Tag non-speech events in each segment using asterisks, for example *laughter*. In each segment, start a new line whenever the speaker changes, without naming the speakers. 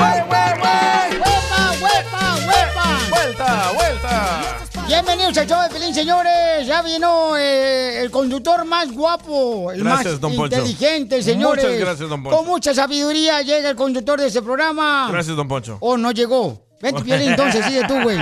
¡Huepa, huepa, huepa!
¡Vuelta, vuelta!
Bienvenidos al show de Pelín, señores. Ya vino eh, el conductor más guapo, el
Gracias,
más
don Poncho.
inteligente, señores.
Muchas gracias, don Poncho.
Con mucha sabiduría llega el conductor de este programa.
Gracias, don Poncho.
Oh, no llegó. Vente, Piolín, entonces sigue tú,
*laughs*
güey.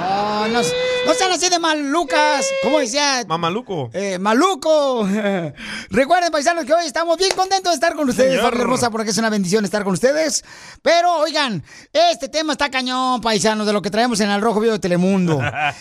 Ah, no, no sean así de malucas. ¿Cómo decía?
Mamaluco.
Eh, maluco. *laughs* Recuerden, paisanos, que hoy estamos bien contentos de estar con ustedes,
Señor.
familia hermosa, porque es una bendición estar con ustedes. Pero, oigan, este tema está cañón, paisanos, de lo que traemos en el Rojo Vivo
*laughs*
de Telemundo.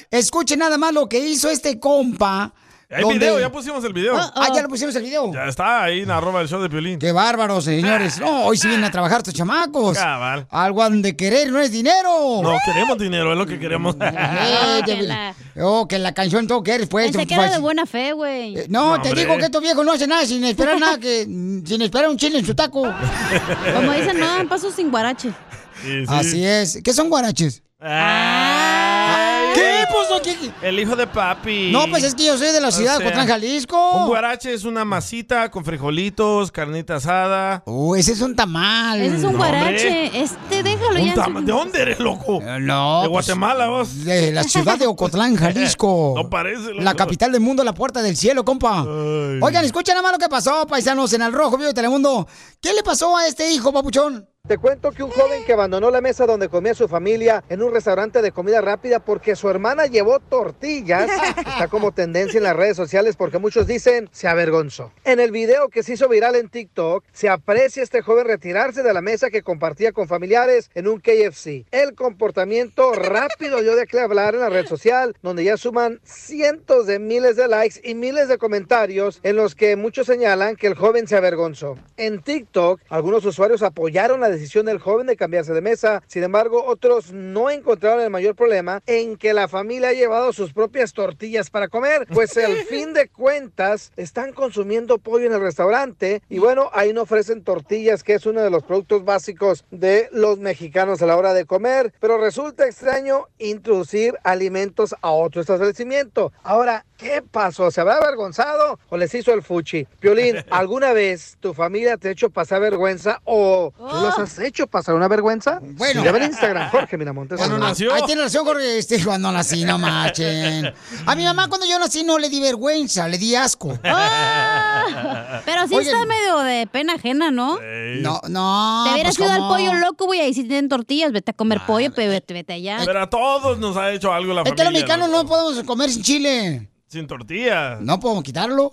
Escuchen nada más lo que hizo este compa.
Hay
donde-
video, ya pusimos el video.
Ah, ah, ya le pusimos el video.
Ya está ahí en arroba el show de Piolín. Ah.
Qué bárbaros, señores. No, hoy sí vienen a trabajar estos chamacos.
Cabal.
Algo han de querer, no es dinero.
No, queremos dinero, es lo que
*laughs*
queremos.
Eh,
Ah, que
de-
la-
Oh, que la canción todo quieres, pues.
Pensé
tú,
que era de
fácil.
buena fe, güey.
Eh, No,
No,
te
hombre.
digo que estos viejos no hacen nada sin esperar nada, que sin esperar un chile en su taco.
Como dicen, no, en paso sin guarache.
*laughs* Sí, sí.
Así es. ¿Qué son guaraches?
Ay,
¿Qué? Pues, no, ¿qué- qué?
El hijo de papi.
No, pues es que yo soy de la
O
ciudad de
sea,
Cotlán,
Ah, Un
Jalisco.
guarache es una masita con frijolitos, carnita asada.
Oh, ese es un tamal.
Ese es un
No,
guarache. Este, déjalo
Un
ya. en
tama-
su-
¿De dónde eres, loco?
Eh, No.
de
pues,
Guatemala, vos.
de la ciudad de Ocotlán, Jalisco.
*laughs* No parece, loco. Ah.
La capital del mundo, la puerta del cielo, compa.
Ay.
Oigan, escuchen nada más lo que pasó, paisanos, en el rojo vivo de Telemundo. ¿Qué le pasó a este hijo, papuchón?
Te cuento que un joven que abandonó la mesa donde comía su familia en un restaurante de comida rápida porque su hermana llevó
*laughs*
tortillas está como tendencia en las redes sociales porque muchos dicen se avergonzó. En el video que se hizo viral en TikTok se aprecia a este joven retirarse de la mesa que compartía con familiares en un KFC. El comportamiento rápido dio de qué hablar en la red social donde ya suman cientos de miles de likes y miles de comentarios en los que muchos señalan que el joven se avergonzó. En TikTok, algunos usuarios apoyaron la decisión del joven de cambiarse de mesa, sin embargo, otros no encontraron el mayor problema en que la familia ha llevado sus propias tortillas para comer, pues al fin de cuentas están consumiendo pollo en el restaurante y bueno, ahí no ofrecen tortillas, que es uno de los productos básicos de los mexicanos a la hora de comer, pero resulta extraño introducir alimentos a otro establecimiento. Ahora, ¿qué pasó? ¿Se habrá avergonzado o les hizo el fuchi? Piolín, ¿alguna vez tu familia te ha hecho pasar vergüenza o tú
Oh.
los has hecho pasar una vergüenza?
Bueno.
Sígueme en Instagram, Jorge Miramontes.
Bueno,
Ah,
no. nació.
Ahí tiene razón, Jorge. Este, cuando nací, no machen. A mi mamá, cuando yo nací, no le di vergüenza, le di asco.
*laughs* ¡Ah! *laughs* Pero sí
Oye.
está medio de pena ajena, ¿no?
Ey.
No, no.
Te hubieras
pues,
ido al
¿cómo?
pollo loco, güey. Ahí sí tienen tortillas. Vete a comer pollo, pero vete, vete allá.
Ah, Pero a todos nos ha hecho algo la
Este Es
familia.
que los mexicanos
loco.
no podemos comer sin chile.
Sin tortillas.
No podemos quitarlo.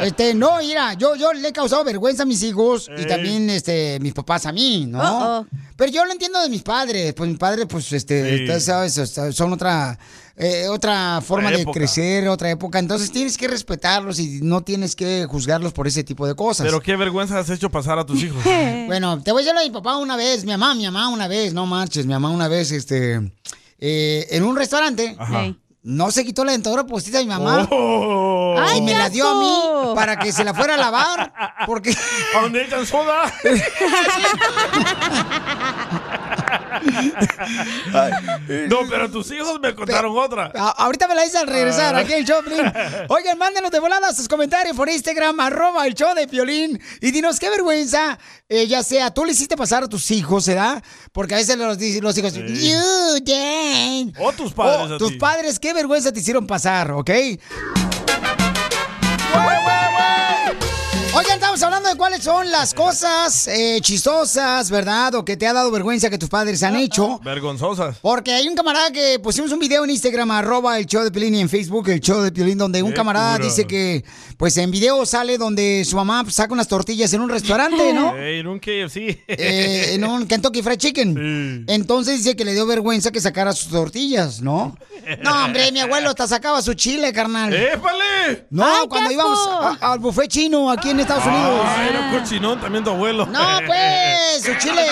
este, no, mira, yo, yo le he causado vergüenza a mis hijos y
Ey.
también este, mis papás a mí, ¿no?
Uh-oh.
Pero yo lo entiendo de mis padres. Pues mis padres, pues, este,
Sí.
ustedes sabes, o sea, son otra, eh, otra forma de
época.
crecer, otra época. Entonces tienes que respetarlos y no tienes que juzgarlos por ese tipo de
*laughs*
cosas.
Pero qué vergüenza has hecho pasar a tus
*laughs*
hijos.
Bueno, te voy a decir lo de mi papá una vez, mi mamá, mi mamá una vez, no marches, mi mamá una vez, este, eh, en un restaurante,
Ajá.
Ey.
no se quitó la dentadura postiza de mi mamá.
Oh.
Y
Ay,
me la dio a mí
asco!
para *laughs* que se la fuera a
*laughs*
lavar,
*laughs*
porque
¿A dónde echan soda? no, pero tus hijos me contaron otra.
a- ahorita me la hice al regresar aquí el
*laughs*
Choplin. Oigan, mándenos de volada sus comentarios por Instagram, arroba el show de Piolín, y dinos qué vergüenza, eh, ya sea, tú le hiciste pasar a tus hijos, ¿será? Porque a veces los, di- los hijos, you did".
O tus padres
Oh,
a
tus
ti.
padres, qué vergüenza te hicieron pasar, ¿ok? Oigan, estamos hablando de cuáles son las cosas eh, chistosas, ¿verdad? O que te ha dado vergüenza que tus padres han hecho.
Vergonzosas.
Porque hay un camarada que pusimos un video en Instagram, arroba el show de Piolín y en Facebook el show de Piolín, donde un
Qué
camarada
cura.
dice que, pues en video sale donde su mamá saca unas tortillas en un
*laughs*
restaurante, ¿no?
Ey, en un KFC.
Eh,
*laughs*
en un Kentucky Fried Chicken. Entonces dice que le dio vergüenza que sacara sus tortillas,
*laughs*
¿no? No, hombre, mi abuelo hasta sacaba su chile, carnal.
¡Épale!
No,
¡Ay, qué
cuando íbamos
asco!
a- al buffet chino aquí en Estados Unidos.
Ah, era cochinón también tu abuelo.
No, pues, su
*laughs*
chile,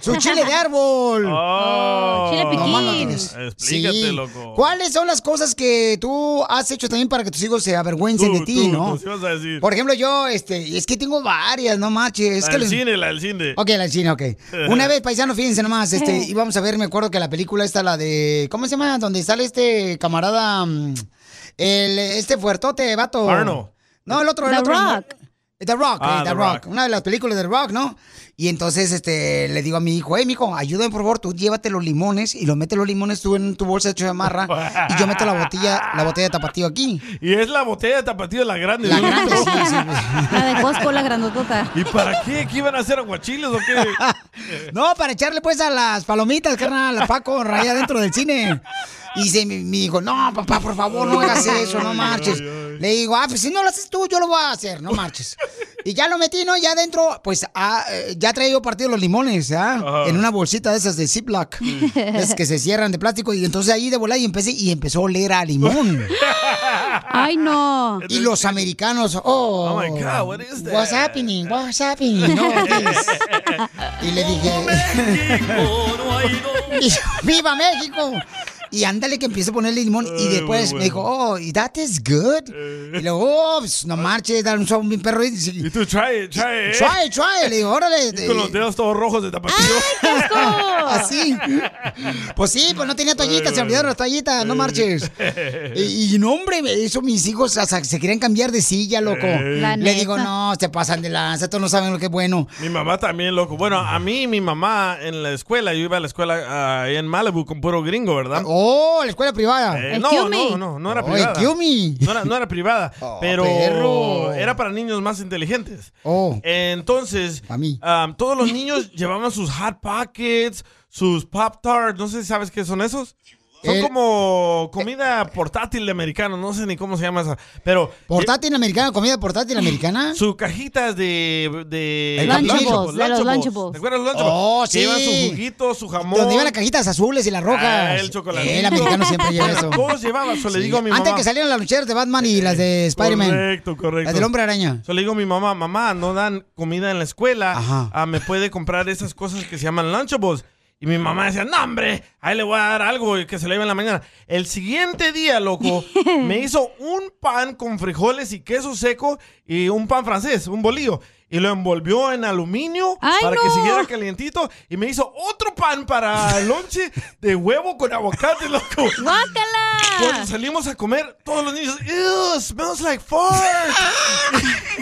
su chile de árbol.
Oh.
Chile piquín.
Nomás no tienes.
Explícate,
Sí.
loco.
¿Cuáles son las cosas que tú has hecho también para que tus hijos se avergüencen
Tú,
de ti,
tú,
no?
tú, sí vas a decir.
Por ejemplo, yo, este, es que tengo varias, no marches. Es
la
que
del
los-
cine, la del cine.
Ok, la del cine, ok. Una vez, paisano, fíjense
*laughs*
nomás, este, íbamos a ver, me acuerdo que la película está la de, ¿cómo se llama? Donde sale este camarada, mm, el, este fuertote, vato.
Arnold.
No, el otro, el
The
otro.
Rock.
The Rock,
Ah,
eh, The,
The
Rock.
Rock.
Una de las películas de The Rock, ¿no? Y entonces, este, le digo a mi hijo, hey, mijo, ayúdame, por favor, tú llévate los limones y los mete los limones tú en tu bolsa hecho de chamarra y yo meto la botella, la botella de tapatío aquí.
Y es la botella de tapatío la grande.
La
¿no?
grande, sí, sí, sí.
La de Costco, la grandotota.
¿Y para qué? ¿Qué iban a hacer aguachiles
*laughs*
o qué?
No, para echarle pues a las palomitas, carnal, a Paco, raya dentro del cine. Y dice mi, mi hijo, no, papá, por favor, no hagas eso, no marches. Le digo, ah, pues si no lo haces tú, yo lo voy a hacer, no marches. Y ya lo metí, ¿no? Ya adentro, pues ah, eh, ya traía yo partido los limones, ¿ah?
Ajá.
En una bolsita de esas de Ziploc, es que se cierran de plástico. Y entonces ahí de volar y empecé, y empezó a oler a limón.
Ay, no.
y los americanos, oh,
Oh my God, what is that?
what's happening,
*laughs*
what's happening, no, this. Y le dije... *laughs* Y yo, ¡Viva México! Y ándale que empiece a poner limón y después me dijo, oh, y that is good. Y luego, oh, pues, no marches, dar un son bien perro. Y dice,
Y tú, try it, try it.
try, try. Le digo, órale.
¿eh? Y Con los
eh,
dedos todos rojos de tapatío.
*laughs* Así. Pues sí, pues no tenía toallitas, se olvidaron las toallitas,
*laughs*
no marches. Y, y no, hombre, eso mis hijos hasta se querían cambiar de silla, loco.
Eh. La
Le
neta.
digo, no, se pasan de lanza, estos no saben lo que es bueno.
Mi mamá también, loco. Bueno, a mí, mi mamá en la escuela, yo iba a la escuela ah, ahí en Malibu con puro gringo, ¿verdad?
Oh, la escuela privada.
Eh,
El
no,
Kiumi.
no, no, no era
Oh, el
privada.
Kiumi.
No era, no era privada,
*laughs* Oh,
pero
perro.
era para niños más inteligentes.
Oh.
Entonces,
Pa' mí.
am, todos los niños *laughs* llevaban sus hot pockets, sus pop tarts, no sé si sabes qué son esos. Son
El-
como comida portátil de americano, no sé ni cómo se llama esa, pero
Portátil americana, comida portátil americana.
sus cajitas de, de
El Lunchables,
de los Lunchables.
¿Te acuerdas de los Lunchables?
Oh,
Que llevan
sí.
su juguito, su jamón.
Donde iban las cajitas azules y las rojas. Eh,
Ah, el chocolate.
El americano siempre
*laughs*
lleva eso.
Todos llevaban, eso le
Sí.
digo a mi mamá. Eh,
Antes que salieran las lucheras de Batman y las de Spider-Man.
Correcto, correcto.
Las del hombre araña.
Yo le digo a mi mamá, mamá, no dan comida en la escuela.
Ajá.
Ah, me puede comprar esas cosas que se llaman Lunchables. Y mi mamá decía, no, hombre, ahí le voy a dar algo y que se lo lleve en la mañana. El siguiente día, loco,
*laughs*
me hizo un pan con frijoles y queso seco y un pan francés, un bolillo. Y lo envolvió en aluminio
¡Ay,
para que
no!
siguiera calientito. Y me hizo otro pan para lonche de huevo con aguacate, *laughs* loco. Cuando
¡Guácala!
salimos a comer, todos los niños, ¡Ew! ¡Smells like fart!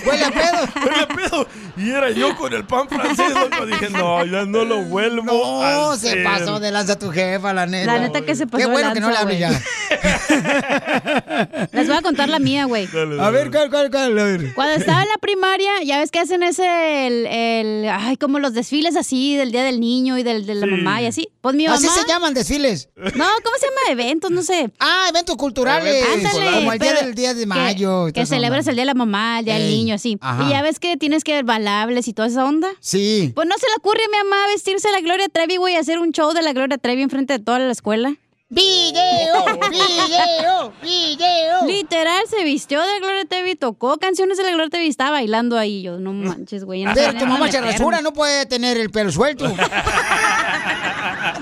Huele
*laughs*
a pedo.
Oye, ¿qué pedo? Y era yo con el pan francés, loco. Dije, no, ya no lo vuelvo a
No, Oh, se
hacer".
pasó de lanza tu jefa, la neta.
La neta que se pasó
Qué
de
bueno que no le
lanza,
hable
güey.
ya.
Les voy a contar la mía, güey.
Dale,
A
dale.
ver, ¿cuál, cuál, cuál? A ver. *laughs*
Cuando estaba en la primaria, ya ves que hacen ese, el, el- ay, como los desfiles así del Día del Niño y del, de la mamá y así. Pues mi mamá...
Así se llaman desfiles.
No, ¿cómo se llama? Eventos, no sé.
Ah, eventos culturales.
Ándale,
Como el día
pero
del día de
que-
mayo. y
Que,
toda esa
celebras
onda.
el día de la mamá, el día del
Ey,
niño, así.
ajá.
Y ya ves que tienes que ver balables y toda esa onda.
Sí.
Pues no se le ocurre a mi mamá vestirse a la Gloria Trevi, güey, y hacer un show de la Gloria Trevi enfrente de toda la escuela.
Video, video, video.
Literal, se vistió de la Gloria Trevi, tocó canciones de la Gloria Trevi y estaba bailando ahí. Yo,
*laughs*
no manches, güey. ya no
Pero
sabía
tu
dónde
mamá se
meterme.
rasura, no puede tener el pelo suelto.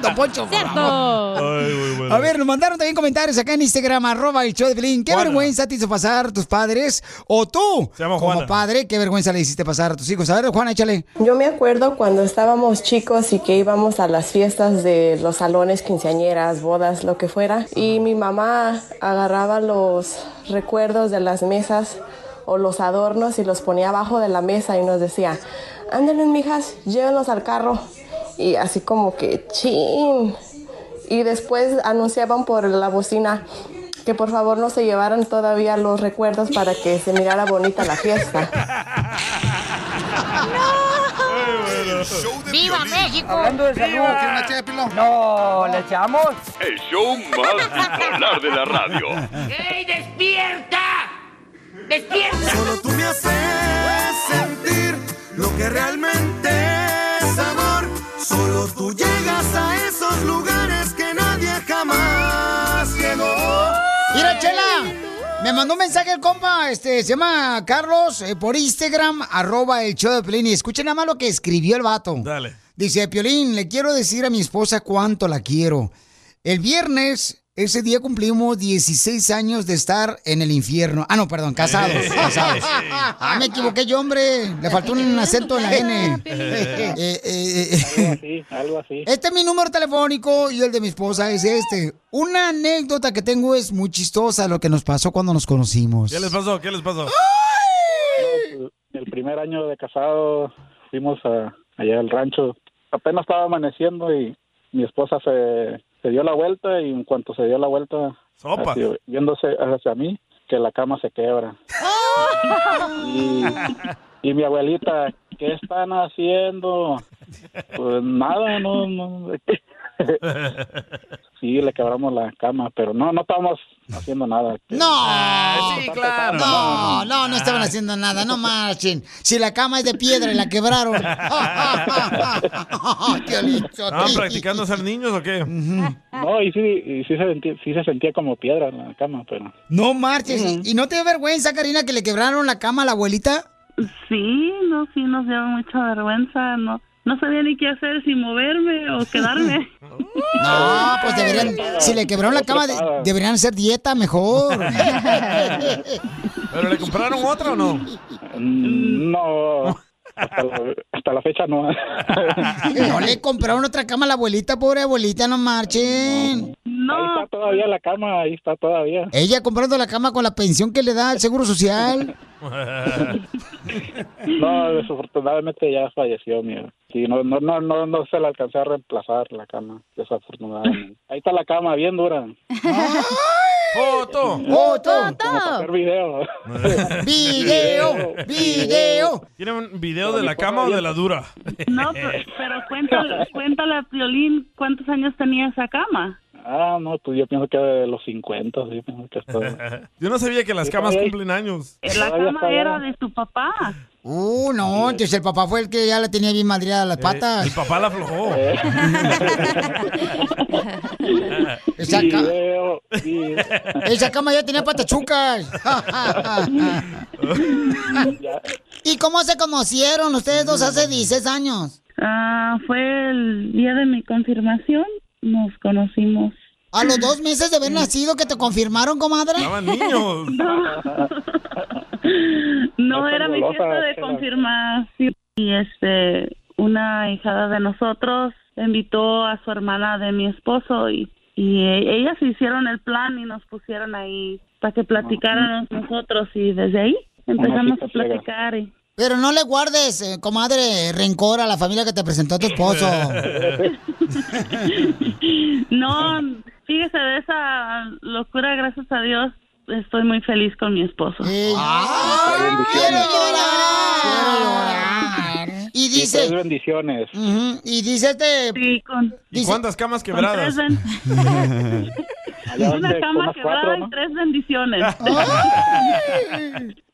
Don Poncho, por favor.
¡Cierto!
Ay, muy bueno.
A ver, nos mandaron también comentarios acá en Instagram, arroba el show de Pelín. ¿Qué
Juana.
vergüenza te hizo pasar tus padres? O tú,
Se llama
como
Juana.
padre, ¿qué vergüenza le hiciste pasar a tus hijos? A ver, Juana, échale.
Yo me acuerdo cuando estábamos chicos y que íbamos a las fiestas de los salones, quinceañeras, bodas, lo que fuera, y mi mamá agarraba los recuerdos de las mesas o los adornos y los ponía abajo de la mesa y nos decía, ándale mijas, llévenlos al carro. Y así como que, chin. Y después anunciaban por la bocina que por favor no se llevaran todavía los recuerdos para que se mirara bonita la fiesta.
¡Viva México!
Hablando de salud.
¡Viva!
una de No, ¿le echamos?
El show más bipolar de la radio.
¡Ey, despierta! ¡Despierta! Solo tú me haces sentir lo que realmente es amor. Solo tú llegas a esos lugares que nadie jamás llegó.
Mira, Chela, me mandó un mensaje el compa, este, se llama Carlos, eh, por Instagram, arroba el show de Piolín. Y escuchen nada más lo que escribió el vato.
Dale.
Dice, Piolín, le quiero decir a mi esposa cuánto la quiero. El viernes, ese día cumplimos 16 años de estar en el infierno. Ah, no, perdón, casados, casados. Ah, me equivoqué yo, hombre. Le faltó un acento en la N. Eh, eh, eh,
Algo así, algo así.
Este es mi número telefónico y el de mi esposa es este. Una anécdota que tengo es muy chistosa, lo que nos pasó cuando nos conocimos.
¿Qué les pasó? ¿Qué les pasó?
No, pues, El primer año de casado fuimos a, allá al rancho. Apenas estaba amaneciendo y mi esposa se, se dio la vuelta y en cuanto se dio la vuelta,
Sopas.
así, viéndose hacia mí, que la cama se quebra. Y, y mi abuelita, ¿qué están haciendo? Pues nada, no, no. *laughs* Sí, le quebramos la cama, pero no, no estábamos haciendo nada.
No,
Ah,
Ah,
Ah, No, no, no estaban haciendo nada, no marchen. Si la cama es de piedra y la quebraron. *laughs* Qué lindo.
¿Estaban practicando ser niños o qué?
No, y sí, y sí se sentía, sí se sentía como piedra en la cama, pero
No marches. ¿Y- ¿Y no te da vergüenza, Karina, que le quebraron la cama a la abuelita?
Sí, no, sí nos dio mucha vergüenza, no, no sabía ni qué hacer, si moverme
*laughs*
o quedarme.
No, pues deberían, si le quebraron la cama, de- deberían hacer
*laughs*
dieta mejor.
*laughs* ¿Pero le compraron otra o no?
Mm, no, hasta la, hasta la fecha
*laughs*
no.
No le compraron otra cama a la abuelita, pobre abuelita, no marchen.
Ahí está todavía la cama, ahí está todavía.
Ella comprando la cama con la pensión que le da el Seguro Social.
*laughs* No, desafortunadamente ya falleció, mira. Sí, no, no, no, no, no se le alcanzó a reemplazar la cama, desafortunadamente. Ahí está la cama, bien dura.
*laughs* ¡Foto!
¡Foto!
Como para
*laughs*
hacer video.
¡Video! ¡Video!
¿Tienen un video de la cama o de la dura?
No, pero, pero cuéntale, cuéntale a Piolín cuántos años tenía esa cama.
Ah, no, pues yo pienso que de los 50, sí, yo pienso que está...
Yo no sabía *laughs* que las
eh,
camas cumplen años.
eh,
La
*laughs* Todavía
cama
está
era
buena.
de tu papá.
Uh, no, entonces el papá fue el que ya la tenía bien madreada
Eh,
las patas.
Eh, El papá la aflojó. *laughs*
Esa, ca- esa cama ya tenía
*laughs*
patachucas. ¿Y cómo se conocieron ustedes dos hace 16 años?
Ah, fue el día de mi confirmación, nos conocimos.
¿A los dos meses de haber nacido que te confirmaron, comadre?
Estaban *laughs* niños.
*laughs*
No, era mi
golosa,
fiesta de
Chela.
confirmación. Y este, una hijada de nosotros invitó a su hermana de mi esposo y, y e- ellas hicieron el plan y nos pusieron ahí para que platicáramos nosotros y desde ahí empezamos a platicar. Y,
Pero no le guardes, eh, comadre, rencor a la familia que te presentó a tu esposo.
no, fíjese de esa locura, gracias a Dios, estoy muy feliz con mi esposo.
¡Quiero llorar! Quiero llorar. Y dice,
Tres bendiciones.
*laughs* ujú, y dice este...
¿Y cuántas camas quebradas?
tres
*laughs*
Allá
Una
donde-
cama
unas
quebrada
cuatro,
y
¿no?
tres bendiciones.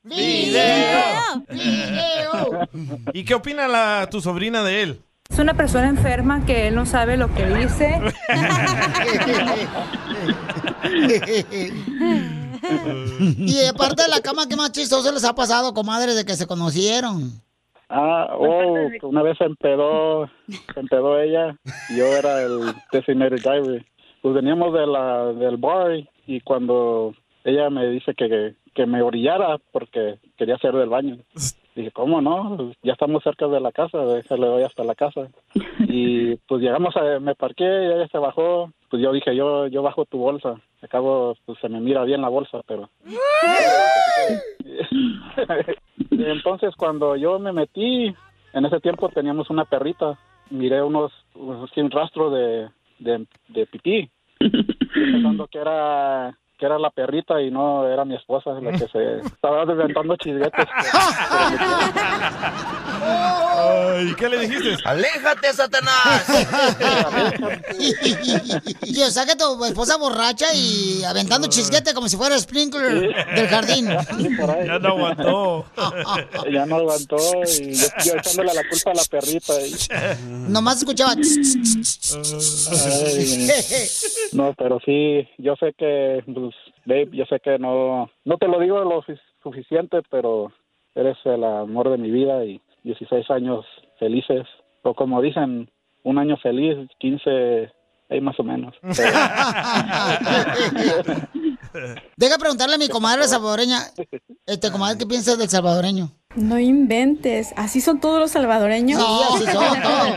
¡Video! ¿Y qué opina la, tu sobrina de él?
Es una persona enferma que él no sabe lo que dice.
Y aparte de la cama, ¿qué más chistoso les ha pasado, comadre, de que se conocieron?
Ah, oh, que una vez se empedó, se empedó ella. y Yo era el designated driver. Pues veníamos de la, del bar y cuando ella me dice que, que me orillara porque quería hacer del baño. Dije, ¿cómo no? Ya estamos cerca de la casa, déjale voy hasta la casa. Y pues llegamos, a, me parqué, y ella se bajó. Pues yo dije, yo, yo bajo tu bolsa. Acabo, pues se me mira bien la bolsa, pero *laughs* entonces cuando yo me metí, en ese tiempo teníamos una perrita, miré unos, pues, unos- sí, un rastro de, de, de pipí, pensando que era que era la perrita y no era mi esposa la que se estaba desventando chisguetes.
Ay, ¿Qué le dijiste?
*laughs* ¡Aléjate, Satanás! y o sea que tu esposa borracha y aventando chisquete como si fuera sprinkler del jardín.
Ya no aguantó.
ya no aguantó y yo, yo echándole la culpa a la perrita. y-
Nomás escuchaba.
Ay, no, pero sí, yo sé que, pues, babe, yo sé que no, no te lo digo lo su- suficiente, pero eres el amor de mi vida y 16 años felices. O como dicen, un año feliz, 15, ahí más o menos. Pero-
*laughs* Deja preguntarle a mi comadre salvadoreña. *laughs* Este, comadre, ¿qué piensas del salvadoreño?
No inventes. ¿Así son todos los salvadoreños?
No, así
*laughs*
son
todos.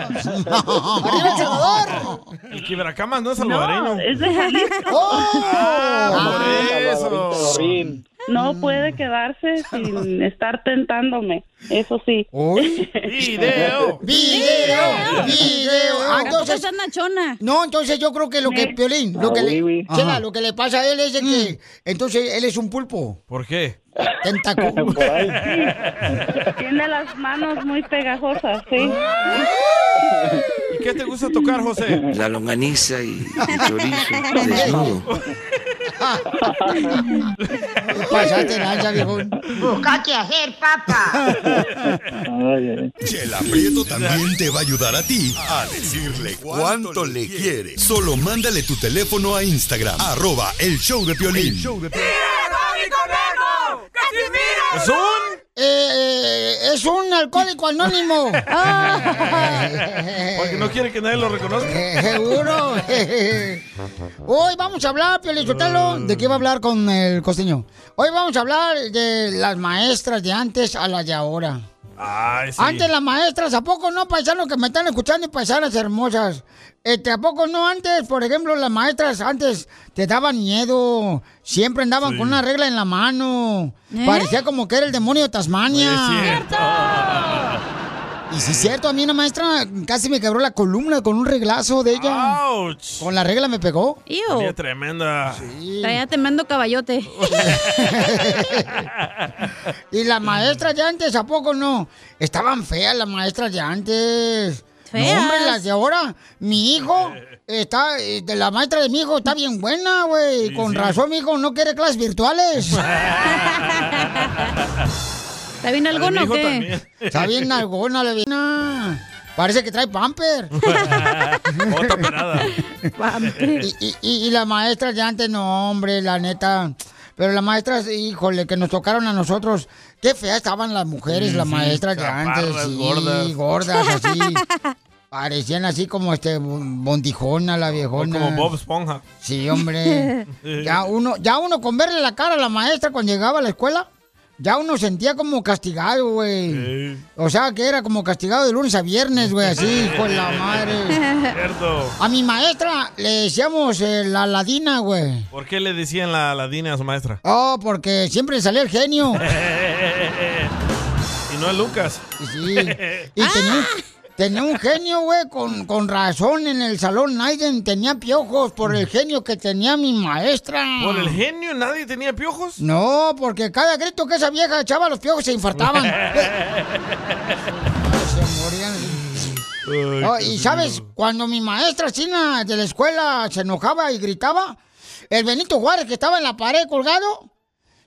¡Arriba El Salvador! Oh.
El quibracamas no es salvadoreño.
es de
*laughs*
Jalisco.
¡Oh! Ah, por eso.
No puede quedarse sin estar tentándome, eso sí. *laughs*
¡Video!
*laughs* ¡Video! ¡Video! Ah,
Tampoco
entonces,
pues estás nachona.
no, entonces yo creo que lo que, Piolín, lo
Ah,
que,
oui, oui.
le, Chela,
Ajá. Mm.
lo que le pasa a él es de que, entonces, él es un pulpo.
¿Por qué? *laughs*
Tentaculo.
Tiene las manos muy pegajosas, sí.
¿Y qué te gusta tocar, José?
La longaniza y el chorizo desnudo.
*laughs* Pasaste lanza, viejo.
Busca qué hacer, papá.
Chela Prieto también te va a ayudar a ti a decirle cuánto le quiere. Solo mándale tu teléfono a Instagram, arroba el show de Piolín.
¿Es un?
eh, es un alcohólico anónimo.
*laughs* Ah.
Porque no quiere que nadie lo reconozca.
Seguro. Hoy vamos a hablar,
Ah.
Piolín Sotelo, ¿de qué va a hablar con el costeño? Hoy vamos a hablar de las maestras de antes a las de ahora.
Ay, sí. *laughs*
Antes las maestras, ¿a poco no, paisanos que me están escuchando y paisanas hermosas? Este, ¿A poco no antes, por ejemplo, las maestras antes te daban miedo? Siempre andaban
Sí.
con una regla en la mano. Parecía como que era el demonio de Tasmania. Y si es cierto, a mí una maestra casi me quebró la columna con un reglazo de ella. Con la regla me pegó.
Tenía tremenda.
Traía temendo caballote.
*laughs* Y las maestras de antes, ¿a poco no? Estaban feas las maestras de antes.
Feas.
No, hombre, las de ahora. Mi hijo, está, eh, de la maestra de mi hijo está bien buena, güey. Con
sí.
razón, mi hijo no quiere
*laughs*
clases virtuales.
¿Está bien alguno o qué?
Está bien alguna, la vina. Parece que
*laughs*
trae pamper.
Otra parada.
*laughs*
y, y- y- y las maestras de antes, no, hombre, la neta. Pero las maestras, híjole, que nos tocaron a nosotros. Qué feas estaban las mujeres,
Sí,
las
sí,
maestras de
chaparras,
antes. Sí,
gordas.
gordas. así. Parecían así como este bon- bondijona, la viejona.
Como Bob Esponja.
Sí,
*laughs*
hombre. Ya uno, ya uno con verle la cara a la maestra cuando llegaba a la escuela, ya uno sentía como castigado, güey. O sea, que era como castigado de lunes a viernes, güey,
*laughs*
así, hijo de la madre.
Cierto.
A mi maestra le decíamos eh, la ladina, güey.
¿Por qué le decían la ladina a su maestra?
Oh, porque siempre salía el genio.
*laughs* y no a Lucas. Ah.
Sí.
*laughs*
Y tenía, un- tenía un genio, güey, con, con razón en el salón. Nadie tenía piojos por el genio que tenía mi maestra.
¿Por el genio nadie tenía piojos?
No, porque cada grito que esa vieja echaba, los piojos se
*laughs*
infartaban. Oh, y sabes, cuando mi maestra china de la escuela se enojaba y gritaba, el Benito Juárez que estaba en la pared colgado,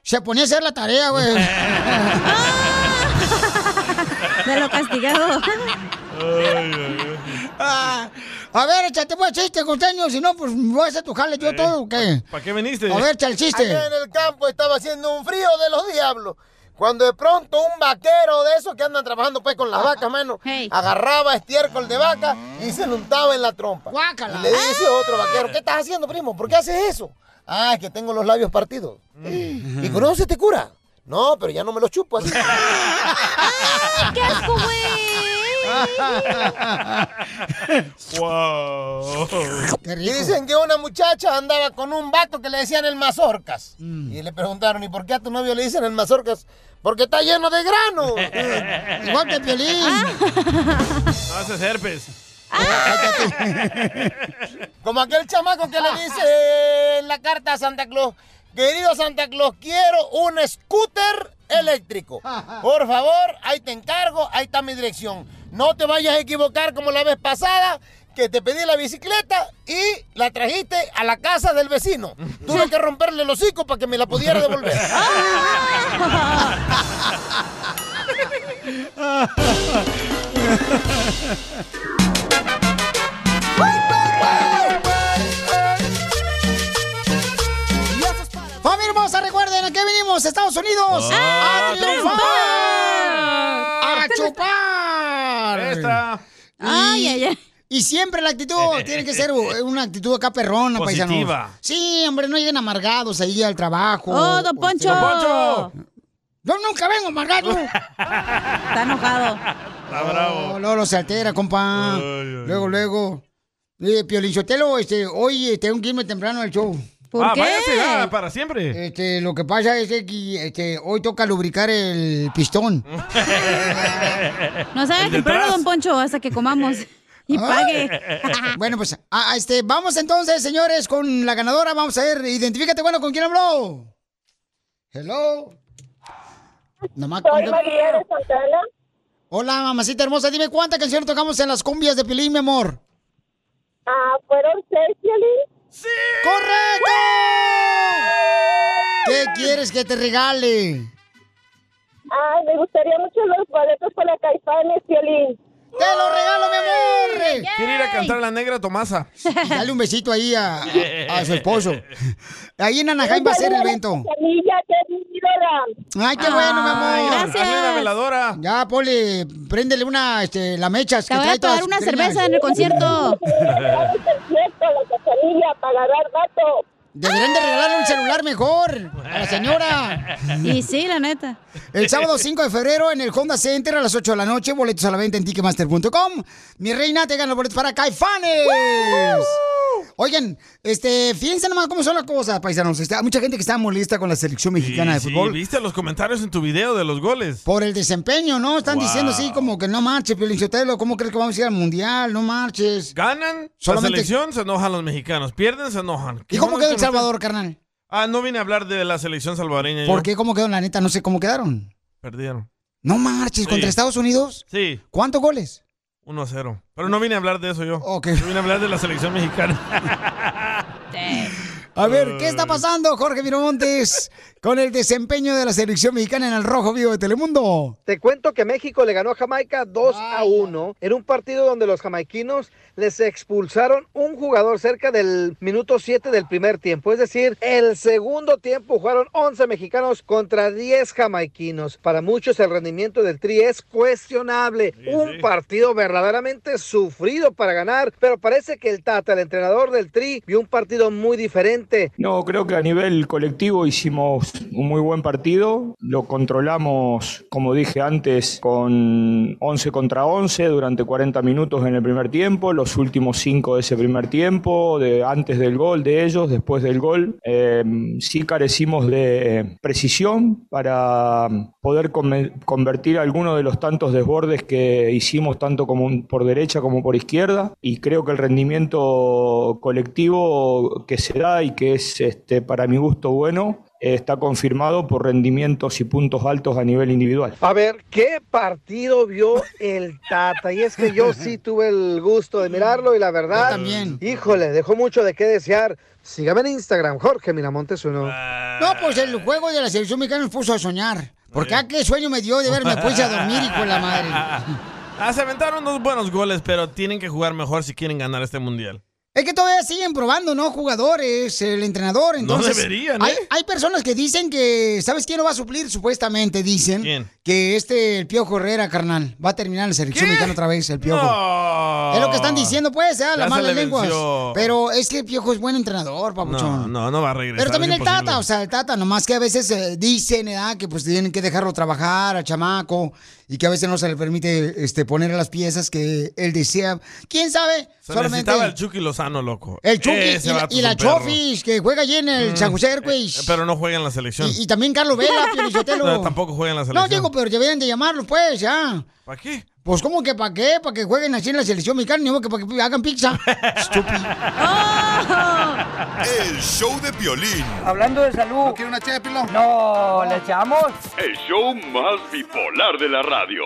se ponía a hacer la tarea, güey. *laughs* De lo *laughs* castigado. Ah, a ver, échate pues chiste, costeño, si no, pues voy a hacer tu jale yo todo, ¿o ¿qué?
¿Para qué viniste?
A ver, echa el chiste.
Allá en el campo estaba haciendo un frío de los diablos. Cuando de pronto un vaquero de esos que andan trabajando pues con las vacas, mano, agarraba estiércol de vaca y se lo untaba en la trompa. Y le dice otro vaquero, ¿qué estás haciendo, primo? ¿Por qué haces eso? Ah, es que tengo los labios partidos. ¿Y con eso se te cura? No, pero ya no me los chupo así. *laughs* ¡Qué asco, *laughs*
wow.
Y dicen que una muchacha andaba con un vato que le decían el mazorcas. Y le preguntaron, ¿y por qué a tu novio le dicen el mazorcas? Porque está lleno de grano. Eh,
Igual
que Piolín.
No haces herpes.
Ah.
*laughs*
Como aquel chamaco que le dice en la carta a Santa Claus, Querido Santa Claus, quiero un scooter eléctrico. Por favor, ahí te encargo, ahí está mi dirección. No te vayas a equivocar como la vez pasada, que te pedí la bicicleta y la trajiste a la casa del
*laughs*
vecino. Tuve que romperle el hocico para que me la pudiera devolver.
*laughs*
*laughs* ¡Familia hermosa! Recuerden, ¿a qué venimos? ¡Estados Unidos!
¡A
¡A triunfar! ¡A chupar!
Este Esta.
Y- Y siempre la actitud
*laughs*
tiene que ser u- una actitud acá perrona,
Positiva.
paisanos. Sí, hombre, no lleguen amargados ahí al trabajo.
¡Oh, don
O-
Poncho! ¡Don *laughs* Poncho!
Yo nunca vengo amargado. Está enojado.
Está
Ah,
bravo.
Lolo se altera, compa. luego, luego. Eh, Piolichotelo, este, hoy tengo que irme temprano al show.
ah, váyase, ya, para siempre.
Este, lo que pasa es que este, hoy toca lubricar el pistón.
No sabe
El de
comprarlo,
atrás.
don Poncho, hasta que
*laughs*
comamos. Y pague.
Ah. bueno, pues a- a este, vamos entonces, señores, con la ganadora. Vamos a ver, identifícate, bueno, ¿con quién habló? *laughs* Hello. Nomás
Soy
con-
María de Santana.
Hola, mamacita hermosa. Dime cuántas canciones tocamos en las cumbias de Pilín, mi amor.
Ah, ¿fueron seis, Piolín?
¡Sí! ¡Correcto! ¿Qué quieres que te regale?
Ay, me gustaría mucho los boletos para Caifanes, Piolín.
¡Te lo regalo, mi amor!
Quiere ir a cantar la negra Tomasa.
Dale un besito ahí a, a-
*laughs*
a Ah, su esposo.
*laughs*
Ahí en Anaheim va a ser el evento. Ay, qué bueno, mi
Ay,
amor.
hazle una
veladora. Ya, Poli, préndele una, este, la mechas.
Te voy a pagar una cerveza en
*laughs*
el
*laughs*
concierto.
para agarrar vato. Deberían de regalarle un celular mejor a la señora.
*laughs* Y sí, la neta.
El sábado 5 de febrero en el Honda Center a las 8 de la noche, boletos a la venta en ticketmaster.com. Mi reina, te gana los boletos para Caifanes. Oigan, este, fíjense nomás cómo son las cosas, paisanos. Está- mucha gente que está molesta con la selección mexicana de
Sí,
fútbol.
viste los comentarios en tu video de los goles.
Por el desempeño, ¿no? Están
Wow.
diciendo así como que no marches, Piolín Sotelo, ¿cómo crees que vamos a ir al Mundial? No marches.
Ganan la
Solamente-
selección, se enojan los mexicanos. Pierden, se enojan.
¿Y cómo
bueno
quedó
que
El
no te-
Salvador, carnal?
Ah, no vine a hablar de la selección salvadoreña.
¿Por
yo.
qué? ¿Cómo quedó? La neta, no sé cómo quedaron.
Perdieron.
No marches,
Sí.
¿contra Estados Unidos?
Sí,
¿Cuántos goles?
1 a 0. Pero no vine a hablar de eso yo. Yo vine a hablar de la selección mexicana.
A ver, ¿qué está pasando, Jorge Miramontes, con el desempeño de la selección mexicana en el Rojo Vivo de Telemundo?
Te cuento que México le ganó a Jamaica 2 a 1 en un partido donde los jamaiquinos les expulsaron un jugador cerca del minuto 7 del primer tiempo. Es decir, el segundo tiempo jugaron 11 mexicanos contra 10 jamaiquinos. Para muchos el rendimiento del Tri es cuestionable. Un partido verdaderamente sufrido para ganar, pero parece que el Tata, el entrenador del Tri, vio un partido muy diferente.
No, creo que a nivel colectivo hicimos un muy buen partido. Lo controlamos, como dije antes, con 11 contra 11 durante 40 minutos en el primer tiempo, los últimos 5 de ese primer tiempo, de antes del gol de ellos, después del gol. Eh, sí carecimos de eh, precisión para mm, poder come- convertir alguno de los tantos desbordes que hicimos tanto como un- por derecha como por izquierda y creo que el rendimiento colectivo que se da y que es este, para mi gusto bueno eh, está confirmado por rendimientos y puntos altos a nivel individual.
A ver, ¿qué partido vio el Tata? Y es que yo sí tuve el gusto de mirarlo y la verdad, híjole, dejó mucho de qué desear. Sígame en Instagram, Jorge Miramontes uno.
Ah.
No, pues el juego de la selección mexicana nos puso a soñar. Porque a qué sueño me dio de verme puse a dormir y con la madre.
*laughs* Ah, se aventaron dos buenos goles, pero tienen que jugar mejor si quieren ganar este mundial.
Es que todavía siguen probando, ¿no? Jugadores, el entrenador, entonces...
deberían,
hay,
¿eh?
hay personas que dicen que, ¿sabes quién lo va a suplir? Supuestamente dicen que este, el Piojo Herrera, carnal, va a terminar la selección mexicana otra vez, el Piojo.
No.
Es lo que están diciendo, pues, ¿eh?
Ya
las
se
malas
le
lenguas.
venció.
Pero es que el Piojo es buen entrenador, papuchón.
No, no, no va a regresar.
Pero también
es
el Tata,
imposible.
o sea, el Tata, nomás que a veces eh, dicen, ¿eh? ah, Que pues tienen que dejarlo trabajar al chamaco y que a veces no se le permite este, poner las piezas que él desea. ¿Quién sabe?
Se necesitaba el Chucky Lozano, loco.
El Chucky
Ese
y la,
vato
y
es
la
un perro.
Chofis, que juega allí en el
Mm.
San José Airways.
Eh, Pero no juega en la selección. *laughs*
Y también Carlos Vela, Pio Lizotelo.
No, tampoco juega en la
No,
selección.
digo, pero deberían de llamarlo, pues, ya.
¿Para qué?
Pues, ¿cómo que para qué? ¿Para que jueguen así en la selección mexicana? Ni modo que para que
*laughs*
hagan pizza. Estúpido.
El show de violín.
Hablando de salud. ¿No quiere una ché No, ¿le echamos?
El show más bipolar de la radio.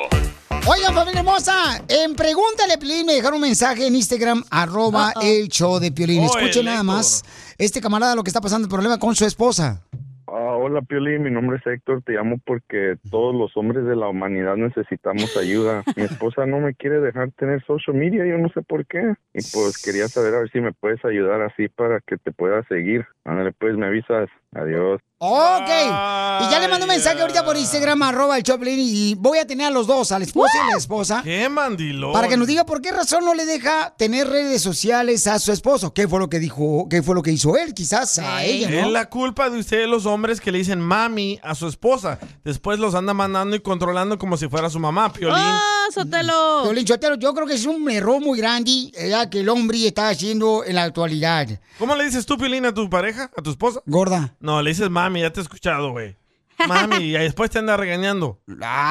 Oigan, familia hermosa, en Pregúntale a Piolín me dejaron un mensaje en Instagram, arroba el show de
Oh,
Piolín. Escuchen
el
nada
Héctor.
más este camarada lo que está pasando, el problema con su esposa.
Ah, hola Pioli, mi nombre es Héctor, te llamo porque todos los hombres de la humanidad necesitamos ayuda. Mi esposa no me quiere dejar tener social media, yo no sé por qué. Y pues quería saber a ver si me puedes ayudar así para que te pueda seguir. Ándale, pues me avisas. Adiós.
Ok, y ya le mando un mensaje ahorita por Instagram, arroba el show de Piolín, y voy a tener a los dos, al esposo y a la esposa.
¡Qué mandilón!
Para que nos diga por qué razón no le deja tener redes sociales a su esposo. ¿Qué fue lo que dijo? ¿Qué fue lo que hizo él? Quizás a ella, ¿no?
Es la culpa de ustedes los hombres que le dicen mami a su esposa. Después los anda mandando y controlando como si fuera su mamá, Piolín.
Ah.
Sotelo! yo creo que es un error muy grande eh, que el hombre está haciendo en la actualidad.
¿Cómo le dices tú, Piolín, a tu pareja, a tu esposa?
Gorda.
No, le dices mami, ya te he escuchado, güey. Mami, y después te anda regañando.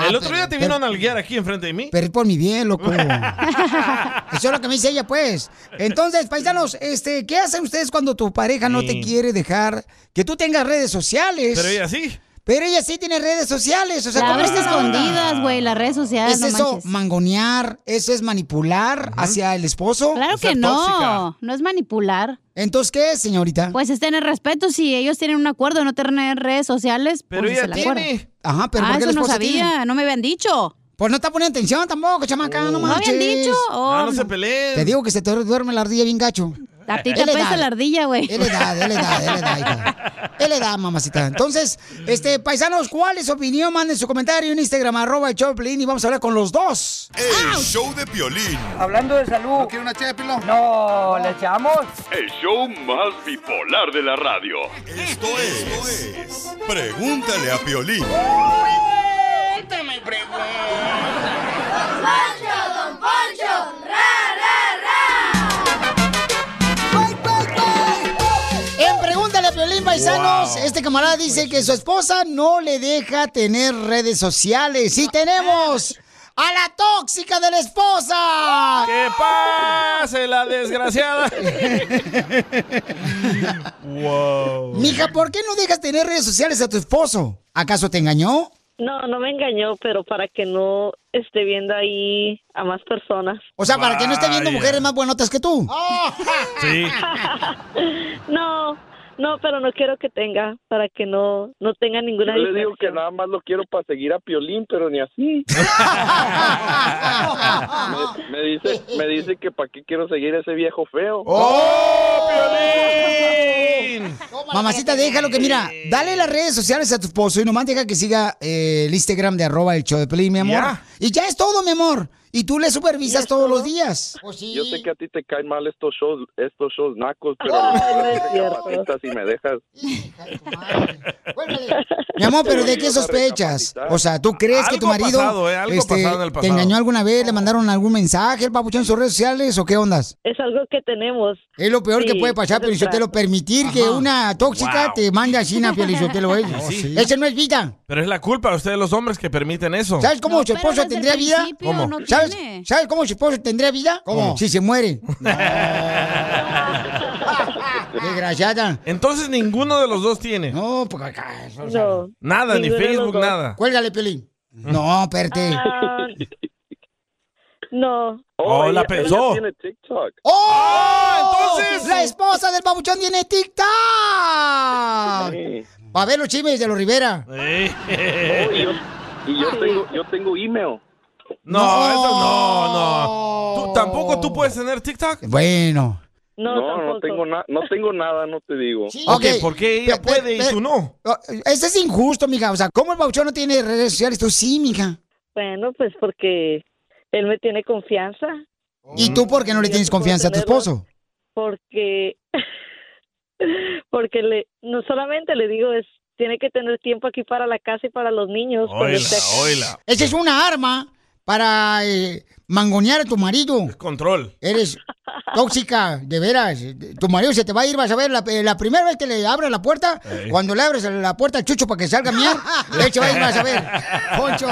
El otro día te
Ah, pero-
vino a nalguear aquí enfrente de mí.
Pero es por mi
*laughs*
bien, loco. Eso es lo que me dice ella, pues. Entonces, paisanos, este, ¿qué hacen ustedes cuando tu pareja no te
Sí.
quiere dejar que tú tengas redes sociales?
Pero ella sí.
Pero ella sí tiene redes sociales. O sea,
La
¿cómo
abres
no?
escondidas, güey, las redes sociales.
¿Es
no
eso
manches.
mangonear? ¿Eso es manipular hacia el esposo?
Claro que no, no es manipular.
Entonces, ¿qué es, señorita?
Pues es tener respeto. Si ellos tienen un acuerdo de no tener redes sociales,
Pero
pues
ella
el
tiene.
acuerdo.
Ajá, pero
ah,
¿por qué la
eso no
esposa
sabía,
tiene?
no me habían dicho.
Pues no está poniendo atención tampoco, chamaca, no
¿No habían
manches.
dicho?
Ah, no
Oh,
se
peleen.
Te digo que se te duerme la ardilla bien gacho.
A ti te
Es la
apesta
edad.
la ardilla, güey.
Es la edad, es la edad, es la edad, hija. Es la edad, mamacita. Entonces, este, paisanos, ¿cuál es su opinión? Manden su comentario en Instagram, arroba el Choplin, y vamos a hablar con los dos.
El show de violín.
Hablando de salud. ¿No quiere una ché No, ¿le echamos?
El show más bipolar de la radio.
Esto es. Pregúntale a Piolín.
Pregúntame, Poncho, don Poncho,
En Pregúntale a Piolín, paisanos,
Wow.
este camarada dice que su esposa no le deja tener redes sociales. Y tenemos a la tóxica de la esposa.
¡Que pase la desgraciada! wow.
Mija, ¿por qué no dejas tener redes sociales a tu esposo? ¿Acaso te engañó?
No, no me engañó, pero para que no esté viendo ahí a más personas.
O sea, para que no esté viendo
Vaya.
mujeres más buenotas que tú.
*laughs* Sí.
*laughs* No, no, pero no quiero que tenga, para que no, no tenga ninguna
Yo le digo
distracción.
que nada más lo quiero para seguir a Piolín, pero ni así. me, me dice, me dice que para qué quiero seguir a ese viejo feo.
¡Oh, Piolín!
*laughs* Mamacita, déjalo que mira, dale las redes sociales a tu esposo y nomás deja que siga eh, el Instagram de arroba el show de Pelín, mi amor.
Ya.
Y ya es todo, mi amor. Y tú le supervisas todos
*laughs*
los días.
Yo sé que a ti te caen mal estos shows, estos shows nacos, pero
No,
no,
no es
te
cierto.
capacitas y me dejas.
Mi amor, pero ¿de qué sospechas? O sea, ¿tú crees que tu
Algo
marido este,
pasado, ¿eh? Algo pasado en el
te
pasado.
engañó alguna vez? ¿Le mandaron algún mensaje el papuchón en sus redes sociales o qué ondas?
Es algo que tenemos.
Es lo peor que
Sí,
puede pasar,
es
Piolizotelo,
verdad.
permitir que una tóxica
Wow.
te mande a China, Piolizotelo, ¿eh?
No, sí.
Esa no es vida.
Pero es la culpa de ustedes los hombres que permiten eso.
¿Sabes cómo su esposo tendría vida?
principio ¿Cómo? no
¿Sabes, sabes cómo su esposo tendría vida?
¿Cómo?
Si se muere.
*laughs*
Desgraciada.
*laughs* Entonces ninguno de los dos tiene.
No, pues acá.
Nada, ni Facebook, nada.
Cuélgale, Piolín. No, espérate.
No.
Oh, la pensó.
TikTok.
Ah,
¡Oh! Entonces. La esposa del babuchón tiene TikTok. Va a ver los chismes de los Rivera.
Oh, y yo, y yo tengo, yo tengo email.
No,
No.
eso no, no. Tú- tampoco tú puedes tener TikTok.
Bueno.
No, no, tengo nada, no tengo nada, no te digo.
Ok,
¿por qué ella
pe- pe-
puede y
pe-
tú no?
Este es injusto, mija. O sea, ¿cómo el babuchón no tiene redes sociales? Tú sí, mija.
Bueno, pues porque él me tiene confianza,
¿Y tú por qué no le tienes confianza a tu esposo?
porque, *laughs* porque le, no solamente le digo es, tiene que tener tiempo aquí para la casa y para los niños. este, cuando esté acá.
Esa es una arma para eh, mangonear a tu marido.
Control.
Eres tóxica, de veras. Tu marido se te va a ir, vas a ver, la, eh, la primera vez que le abres la puerta,
Ey.
cuando le abres la puerta al chucho para que salga a miar, él se va a ir, vas a ver. Poncho.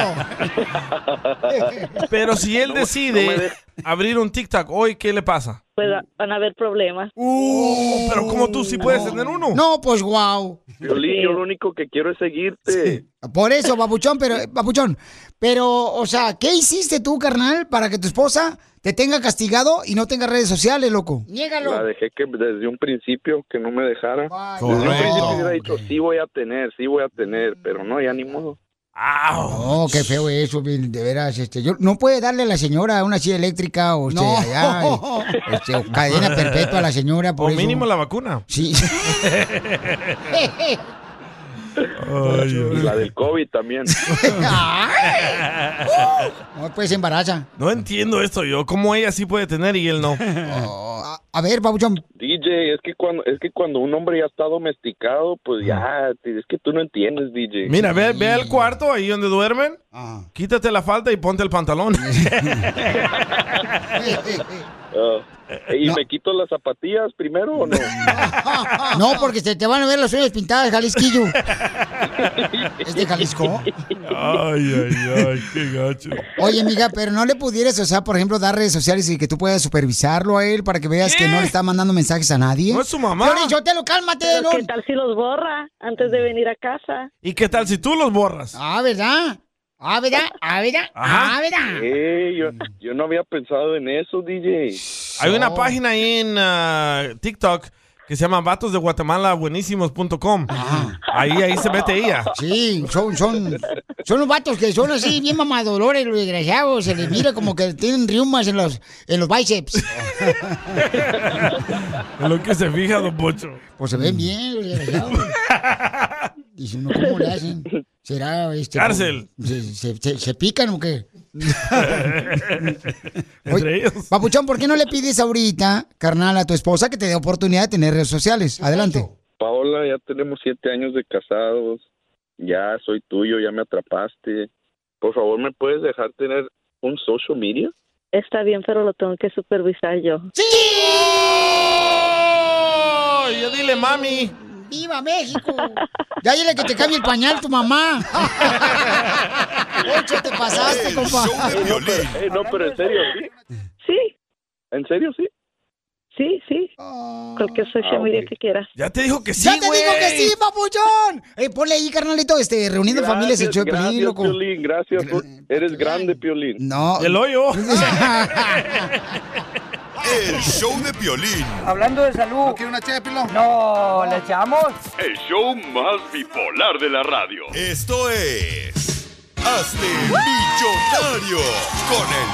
Pero si él decide abrir un TikTok hoy, ¿qué le pasa?
Pues va- van a haber problemas.
Uh, pero como tú sí puedes tener uno.
No, pues wow.
Violín, yo lo único que quiero es seguirte.
Por eso, babuchón, pero, eh, babuchón, pero, o sea, ¿qué hiciste tú, carnal, para que tu esposa te tenga castigado y no tenga redes sociales, loco?
La dejé que desde un principio que no me dejara. Desde un
Correcto,
principio hubiera dicho, sí voy a tener, sí voy a tener, pero no, ya ni modo.
No, qué feo eso, Bill, de veras. Este, yo, no puede darle a la señora una silla eléctrica o, este,
No.
allá, y- este, o cadena perpetua a la señora. Por
o
eso.
mínimo la vacuna. *laughs*
Sí.
Y la del COVID también.
No, pues se embaraza.
No entiendo esto yo. ¿Cómo ella sí puede tener y él no?
A ver, babuchón,
DJ, es que cuando es que cuando un hombre ya está domesticado, pues ya, es que tú no entiendes, DJ.
Mira, ve, ve
*laughs*
al cuarto ahí donde duermen. Quítate la falda y ponte el
*laughs*
pantalón. *laughs*
Ah, ¿Y me quito las zapatillas primero o no?
*laughs*
no, porque se te van a ver los sueños pintadas, Jalisquillo. ¿Es de Jalisco?
Ay, ay, ay, qué gacho.
Oye, amiga, pero no le pudieras, o sea, por ejemplo, dar redes sociales y que tú puedas supervisarlo a él para que veas que no le está mandando mensajes a nadie.
No es su mamá.
Piolín, yo te lo cálmate, Mm.
Pero
no.
¿Qué tal si los borra antes de venir a casa?
*laughs* ¿Y qué tal si tú los borras?
Ah, ¿verdad? Ah, ¿verdad? Ah, ¿verdad?
Ajá.
Ah, ¿verdad?
Eh, yo, yo no había pensado en eso, DJ.
Hay una
Oh.
página ahí en ah, TikTok que se llama vatosdeguatemalabuenísimos.com. Ahí, ahí se mete ella.
Sí, son, son, son los vatos que son así, bien mamadolores, los desgraciados. Se les mira como que tienen riumas en los, en los
*laughs*
bíceps.
Es lo que se fija, don Pocho.
Pues se ven bien, los desgraciados. Dice uno, ¿cómo le hacen? ¿Será este?
Cárcel.
¿Se, se- se- se pican o qué? *laughs*
Entre ellos.
Papuchón, ¿por qué no le pides ahorita, carnal, a tu esposa que te dé oportunidad de tener redes sociales? Adelante.
Paola, ya tenemos siete años de casados. Ya soy tuyo, ya me atrapaste. Por favor, ¿me puedes dejar tener un social media?
Está bien, pero lo tengo que supervisar yo.
Oh, yo dile, mami.
¡Viva México! Ya dile que te cambie el pañal
*laughs*
tu mamá. Ocho, te pasaste, compa.
Eh, no, pero en serio, ¿sí?
Sí,
¿En serio, sí?
sí, sí. Cualquier social
Ah,
media
ok.
que quieras.
Ya te dijo que sí,
¡Ya te digo que sí, papuchón! Eh, ponle ahí, carnalito, este, reuniendo familias el show de Piolín,
gracias,
loco.
Piolín, gracias. tú Eres grande, Piolín.
No.
El hoyo.
El show de Piolín.
Hablando de salud. ¿No quiere una ché de pilón? No, ¿le echamos?
El show más bipolar de la radio.
Esto es... Hazte millonario con el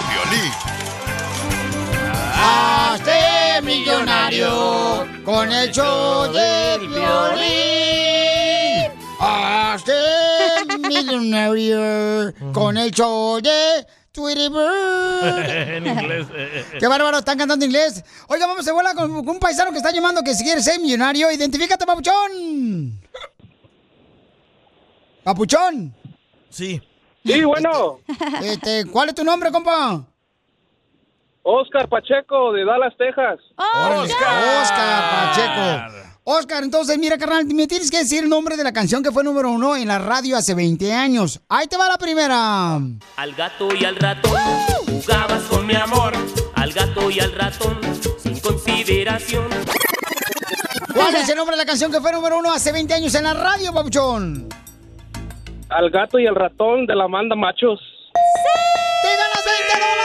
Piolín.
Hazte millonario con el show de violín. Hazte millonario con el show de *laughs* Twitter.
en inglés. eh, eh.
Qué bárbaro, están cantando inglés. Oiga, vamos de bola con un paisano que está llamando que si quieres ser millonario, identifícate, papuchón. Papuchón.
Sí.
Sí, bueno.
Este, ¿cuál es tu nombre, compa?
Oscar Pacheco de Dallas, Texas.
Oscar. Oscar Pacheco. Oscar, entonces, mira, carnal, me tienes que decir el nombre de la canción que fue número uno en la radio hace 20 años. Ahí te va la primera.
Al gato y al ratón jugabas con mi amor. Al gato y al ratón sin consideración.
¿Cuál es el nombre de la canción que fue número uno hace 20 años en la radio, papuchón?
Al gato y al ratón de la manda machos.
¡Te ganas 20 dólares!
*laughs*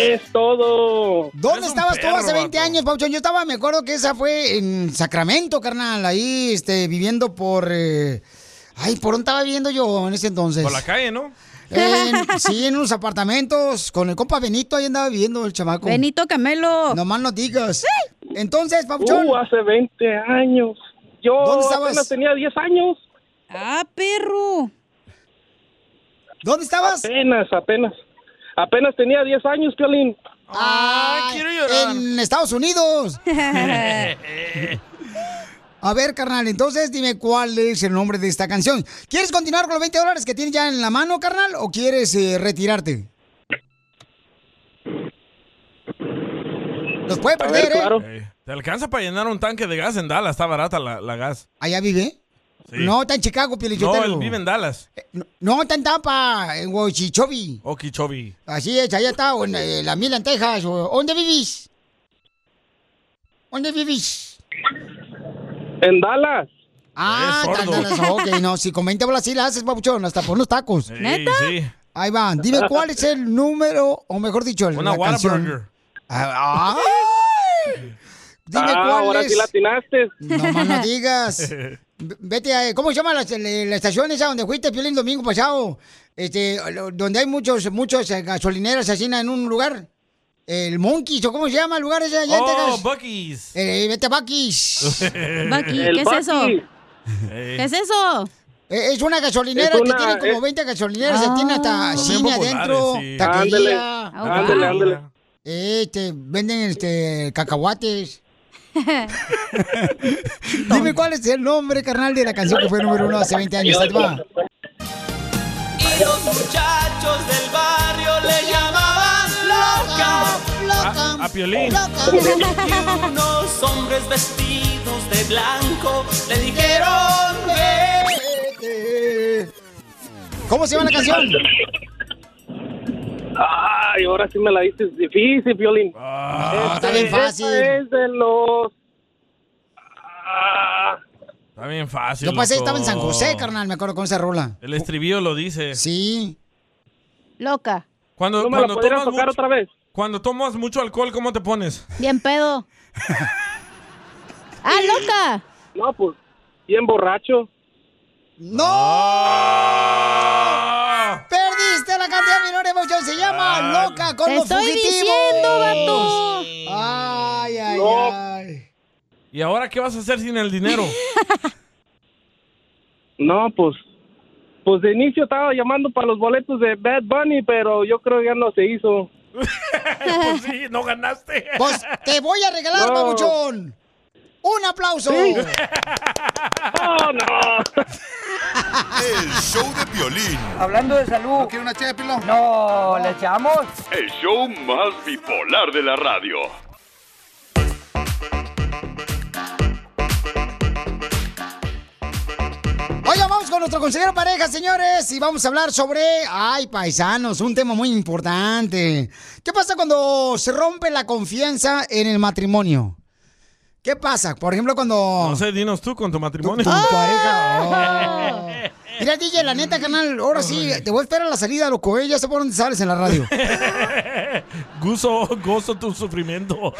Es todo.
¿Dónde estabas tú hace 20 años, Pauchón? Yo estaba, me acuerdo que esa fue en Sacramento, carnal, ahí, este, viviendo por... eh, Ay, ¿por dónde estaba viviendo yo en ese entonces?
Por la calle, ¿no? *laughs*
En- sí, en unos apartamentos. Con el compa Benito ahí andaba viviendo el chamaco. Benito Camelo. Nomás no digas. Entonces, Papuchón.
Uh, hace 20 años. Yo
¿Dónde estabas?
apenas tenía 10 años.
Ah, perro. ¿Dónde estabas?
Apenas, apenas. Apenas tenía 10 años, Piolín.
Ah, En Estados
*laughs*
Unidos.
*laughs*
A ver, carnal, entonces dime cuál es el nombre de esta canción. ¿Quieres continuar con los 20 dólares que tienes ya en la mano, carnal, o quieres eh, retirarte? Los puede perder, ¿eh?
Ey, Te alcanza para llenar un tanque de gas en Dallas. Está barata la, la gas.
¿Allá vive?
Sí.
No, está en Chicago, Piolín.
No,
Sotelo.
él vive en Dallas.
No, está en Tampa, en Okeechobee.
Okeechobee.
Así es, allá está, o en eh, la Mila, en Texas. o- ¿Dónde vivís? ¿Dónde vivís?
En Dallas.
Ah,
Eh,
está en
sordo.
Dallas. Ok, no, si comenta bolas sí la haces, papuchón, hasta por unos tacos.
¿Neta? sí.
Ahí van.
*laughs*
Dime cuál es el número, o mejor dicho, el,
Una
la canción.
Whataburger.
Ah, ah, Dime
Ah,
cuál
ahora
es.
sí latinaste.
No más
*laughs*
no digas. V- Vete a, ¿cómo se llama la, la estación esa donde fuiste, Piolín, domingo pasado? Este, lo- donde hay muchos, muchos eh, gasolineras así en un lugar. El Monkeys, ¿o cómo se llama el lugar ese allá en
Oh,
Texas?
Bucky's.
Eh, vete
*laughs*
a Bucky's.
Bucky,
¿qué El es eso? Bucky. ¿Qué es eso?
Eh, Es una gasolinera
Es
que
una-
tiene como
es-
20 gasolineras,
Ah.
tiene hasta
Son bien
cine
populares,
adentro,
sí.
taquería.
Ándele, Ah, ándele, wow. ándele.
Este, venden este,
*laughs*
cacahuates. Dime cuál es el nombre, carnal, de la canción que fue número uno hace 20 años. Ahí te va.
Y los muchachos del barrio le llamaban loca,
Ah,
loca, a Piolín.
Y unos hombres vestidos de blanco le dijeron vete.
¿Cómo se llama la canción?
Ay, ahora sí me la dices difícil, Violín.
Ah, está bien fácil.
Es de los...
Está bien fácil.
Yo pasé,
loco.
estaba en San José, carnal, me acuerdo con esa rola.
El estribillo lo dice.
Sí.
Loca.
Cuando,
¿No me la
cuando
podrías
tomas
tocar
mucho, Cuando tomas mucho alcohol, ¿cómo te pones?
Bien pedo. ¡Ah, loca!
No, pues, bien borracho.
¡No! ¡Perdiste la cantidad menor de emoción! ¡Se llama
Ah.
Loca con
Te
los
estoy
fugitivos!
diciendo, vato.
¡Ay, ay,
No.
ay!
¿Y ahora qué vas a hacer sin el
*laughs*
dinero?
No, pues... Pues de inicio estaba llamando para los boletos de Bad Bunny, pero yo creo que ya no se hizo.
pues sí, no ganaste.
Pues te voy a regalar,
No.
babuchón. ¡Un aplauso!
¡Oh, no!
El show de violín.
Hablando de salud. ¿No quiere una ché de pilón? No, ¿le echamos?
El show más bipolar de la radio.
Oigan, vamos con nuestro consejero pareja, señores, y vamos a hablar sobre, ay, paisanos, un tema muy importante. ¿Qué pasa cuando se rompe la confianza en el matrimonio? ¿Qué pasa? Por ejemplo, cuando...
*laughs* No sé, dinos tú con tu matrimonio.
Tu
*laughs*
pareja. oh. Mira, DJ, la neta, canal, ahora sí, te voy a esperar a la salida, loco, ¿eh? Ya sé por dónde sales en la radio.
Gozo, gozo tu sufrimiento.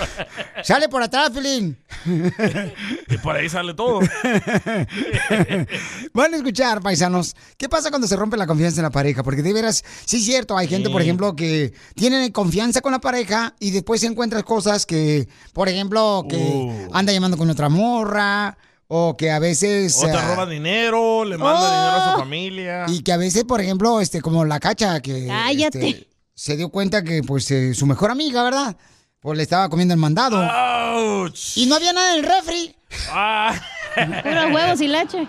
Sale por atrás, Filín.
y por ahí sale
*laughs*
todo.
Van a escuchar, paisanos. ¿Qué pasa cuando se rompe la confianza en la pareja? Porque de veras, sí es cierto, hay gente, por
Sí.
ejemplo, que tienen confianza con la pareja y después se encuentran cosas que, por ejemplo, que
Uh.
anda llamando con otra morra o que a veces...
O te
ah,
roba dinero, le manda
Oh.
dinero a su familia. *laughs*
Y que a veces, por ejemplo, este, como la cacha que
Cállate.
este, se dio cuenta que pues eh, su mejor amiga, ¿verdad? Pues le estaba comiendo el mandado. Y no había nada en el refri.
Puros huevos y leche.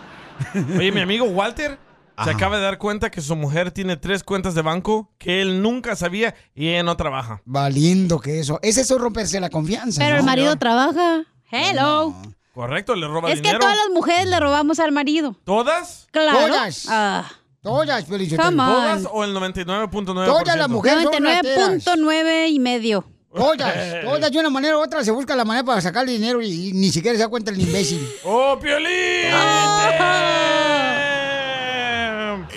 Ah. Oye, mi amigo Walter
Ajá.
se acaba de dar cuenta que su mujer tiene tres cuentas de banco que él nunca sabía y ella no trabaja.
Valiendo que eso. Es eso romperse la confianza.
Pero
¿no?
el marido trabaja. Hello.
Correcto, le roba
Es que
dinero.
todas las mujeres le robamos al marido.
¿Todas?
Claro.
Todas.
Ah.
Todas,
Come
¿Todas
on.
o el 99.9%?
Todas las mujeres son
99.9 y medio.
Todas, todas de una manera u otra se busca la manera para sacar dinero y, y ni siquiera se da cuenta el imbécil.
¡Oh, Piolín!
Ah,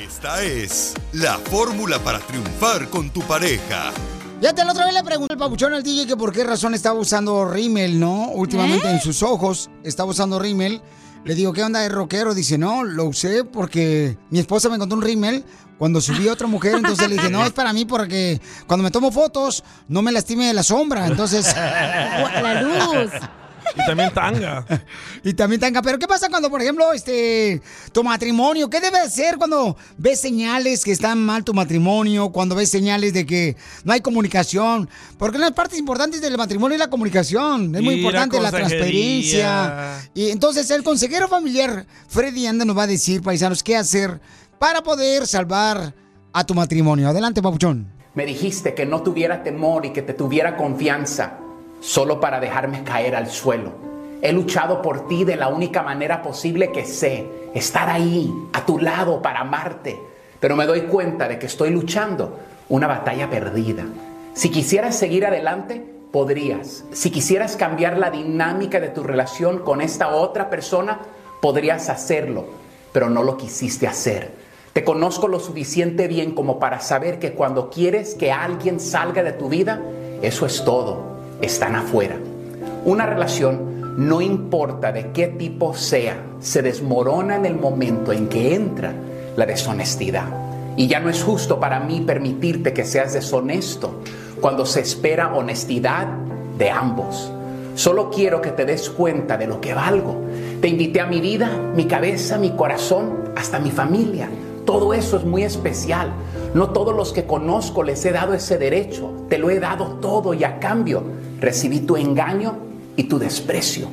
Esta es la fórmula para triunfar con tu pareja.
Fíjate, la otra vez le pregunté al papuchón al DJ que por qué razón estaba usando rímel, ¿no? Últimamente en sus ojos estaba usando rímel. Le digo, ¿qué onda de rockero? Dice, no, lo usé porque mi esposa me encontró un rímel cuando subí a otra mujer. Entonces le dije, no, es para mí porque cuando me tomo fotos no me lastime la
*laughs*
sombra. Entonces,
La *laughs* luz. Y también tanga.
*laughs* Y también tanga. Pero ¿qué pasa cuando, por ejemplo, este, tu matrimonio? ¿Qué debe hacer cuando ves señales que están mal tu matrimonio? Cuando ves señales de que no hay comunicación. Porque una de las partes importantes del matrimonio es la comunicación. Es muy
Y la
importante la
consejería.
transparencia. *laughs* Y entonces el consejero familiar, Freddy Anda, nos va a decir, paisanos, qué hacer para poder salvar a tu matrimonio. Adelante, papuchón.
Me dijiste que no tuviera temor y que te tuviera confianza. solo para dejarme caer al suelo. He luchado por ti de la única manera posible que sé, estar ahí, a tu lado, para amarte. Pero me doy cuenta de que estoy luchando una batalla perdida. Si quisieras seguir adelante, podrías. Si quisieras cambiar la dinámica de tu relación con esta otra persona, podrías hacerlo, pero no lo quisiste hacer. Te conozco lo suficiente bien como para saber que cuando quieres que alguien salga de tu vida, eso es todo, están afuera. Una relación, no importa de qué tipo sea, se desmorona en el momento en que entra la deshonestidad. Y ya no es justo para mí permitirte que seas deshonesto cuando se espera honestidad de ambos. Solo quiero que te des cuenta de lo que valgo. Te invité a mi vida, mi cabeza, mi corazón, hasta mi familia. Todo eso es muy especial. No todos los que conozco les he dado ese derecho. Te lo he dado todo y a cambio recibí tu engaño y tu desprecio.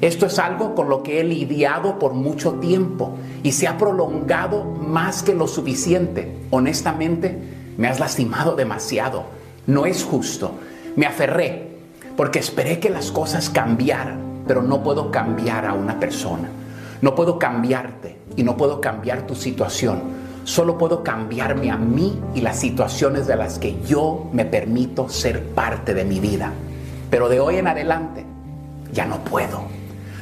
Esto es algo con lo que he lidiado por mucho tiempo y se ha prolongado más que lo suficiente. Honestamente, me has lastimado demasiado. No es justo. Me aferré porque esperé que las cosas cambiaran, pero no puedo cambiar a una persona. No puedo cambiarte y no puedo cambiar tu situación. Solo puedo cambiarme a mí y las situaciones de las que yo me permito ser parte de mi vida. Pero de hoy en adelante ya no puedo.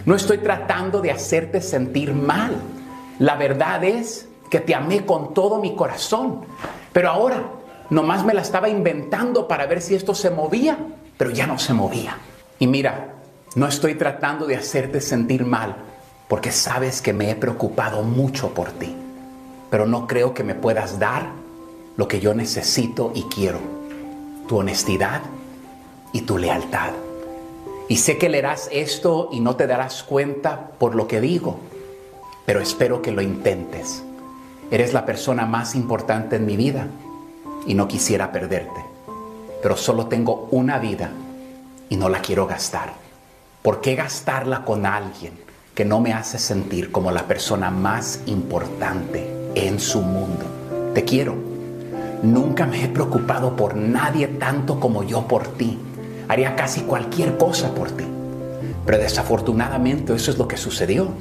No estoy tratando de hacerte sentir mal. La verdad es que te amé con todo mi corazón. Pero ahora nomás me la estaba inventando para ver si esto se movía, pero ya no se movía. Y mira, no estoy tratando de hacerte sentir mal porque sabes que me he preocupado mucho por ti, pero no creo que me puedas dar lo que yo necesito y quiero, tu honestidad y tu lealtad. Y sé que leerás esto y no te darás cuenta por lo que digo, pero espero que lo intentes. Eres la persona más importante en mi vida y no quisiera perderte, pero solo tengo una vida y no la quiero gastar. ¿Por qué gastarla con alguien que no me hace sentir como la persona más importante en su mundo? Te quiero. Nunca me he preocupado por nadie tanto como yo por ti. Haría casi cualquier cosa por ti. Pero desafortunadamente eso es lo que sucedió.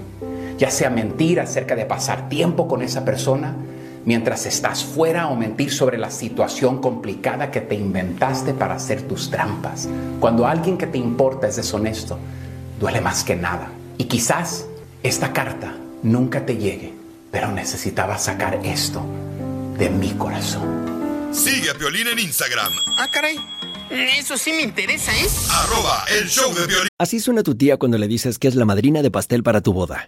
Ya sea mentir acerca de pasar tiempo con esa persona, mientras estás fuera o mentir sobre la situación complicada que te inventaste para hacer tus trampas. Cuando alguien que te importa es deshonesto, duele más que nada. Y quizás esta carta nunca te llegue, pero necesitaba sacar esto de mi corazón.
Sigue a Piolín en Instagram,
Ah, caray. Eso sí me interesa, ¿eh?
arroba el show de Piolín.
Así suena tu tía cuando le dices que es la madrina de pastel para tu boda.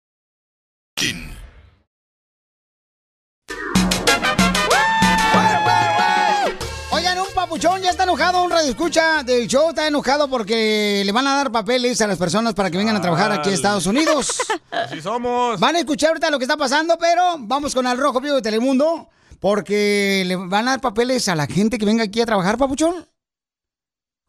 Oigan, un papuchón ya está enojado, un radioescucha del show está enojado porque le van a dar papeles a las personas para que vengan a trabajar aquí a Estados Unidos.
*laughs* Así somos.
Van a escuchar ahorita lo que está pasando, pero vamos con Al Rojo Vivo de Telemundo porque le van a dar papeles a la gente que venga aquí a trabajar, papuchón.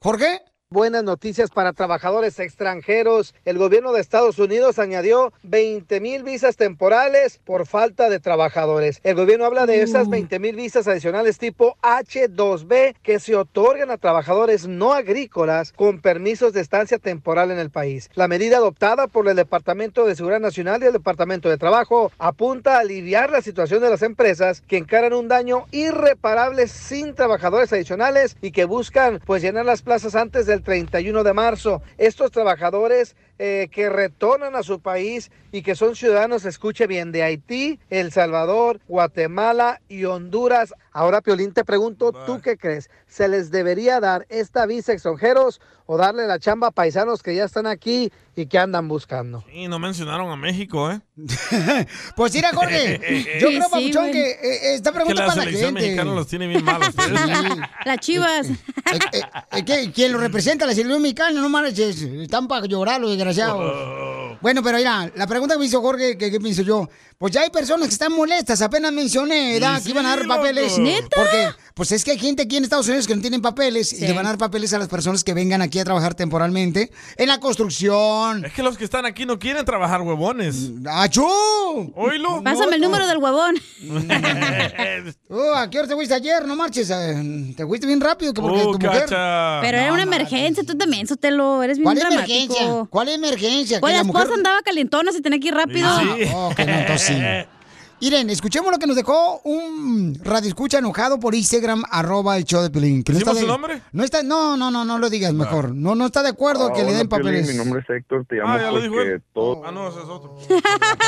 Jorge.
Buenas noticias para trabajadores extranjeros. El gobierno de Estados Unidos añadió 20 mil visas temporales por falta de trabajadores. El gobierno habla de esas 20 mil visas adicionales tipo H2B que se otorgan a trabajadores no agrícolas con permisos de estancia temporal en el país. La medida adoptada por el Departamento de Seguridad Nacional y el Departamento de Trabajo apunta a aliviar la situación de las empresas que encaran un daño irreparable sin trabajadores adicionales y que buscan pues llenar las plazas antes del el 31 de marzo. Estos trabajadores eh, que retornan a su país y que son ciudadanos, escuche bien, de Haití, El Salvador, Guatemala y Honduras. Ahora, Piolín, te pregunto, ¿tú qué crees? ¿Se les debería dar esta visa a extranjeros o darle la chamba a paisanos que ya están aquí y que andan buscando?
Y no mencionaron a México, ¿eh?
*laughs* Pues mira,
*laughs*
Jorge,
eh,
yo creo, papuchón, que eh, esta
que
pregunta
la
para la
selección
gente. Eh,
mexicana los tiene bien malos.
*laughs*
pero-
Las chivas.
Es que quien eh, lo representa, la selección mexicana, no marches. Están para llorar los desgraciados. Bueno, pero mira, la pregunta que me hizo Jorge, que, que pienso yo, pues ya hay personas que están molestas, apenas mencioné, ¿verdad?
Y
que iban a dar
sí,
papeles.
loco. ¿Neta?
Porque, pues es que hay gente aquí en Estados Unidos que no tienen papeles
Sí.
y le van a dar papeles a las personas que vengan aquí a trabajar temporalmente en la construcción.
Es que los que están aquí no quieren trabajar huevones.
¡Achú!
¡Oilo!
Pásame el número
del huevón.
*laughs* Uh, ¿A qué hora te fuiste ayer? No marches. eh, Te fuiste bien rápido que porque
Uh,
tu mujer.
cacha.
Pero era una emergencia, tú también, Sotelo. Eres bien
¿Cuál
dramático.
emergencia? ¿Cuál emergencia?
Pues
Que
la
la mujer-
esposa andaba calentona, se tenía que ir rápido.
*laughs*
Oh, que no, entonces sí. Miren, escuchemos lo que nos dejó un radioescucha enojado por Instagram, arroba el show de Pelín. Que
¿Decimos
de-
el nombre?
No, está, no, no, no, no lo digas mejor. No, no está de acuerdo que le
Hola,
den papeles.
Oh, Piolín, mi nombre es Héctor, te llamo
Ah, ya lo dijo
porque
él.
todo...
Ah, no, ese es otro.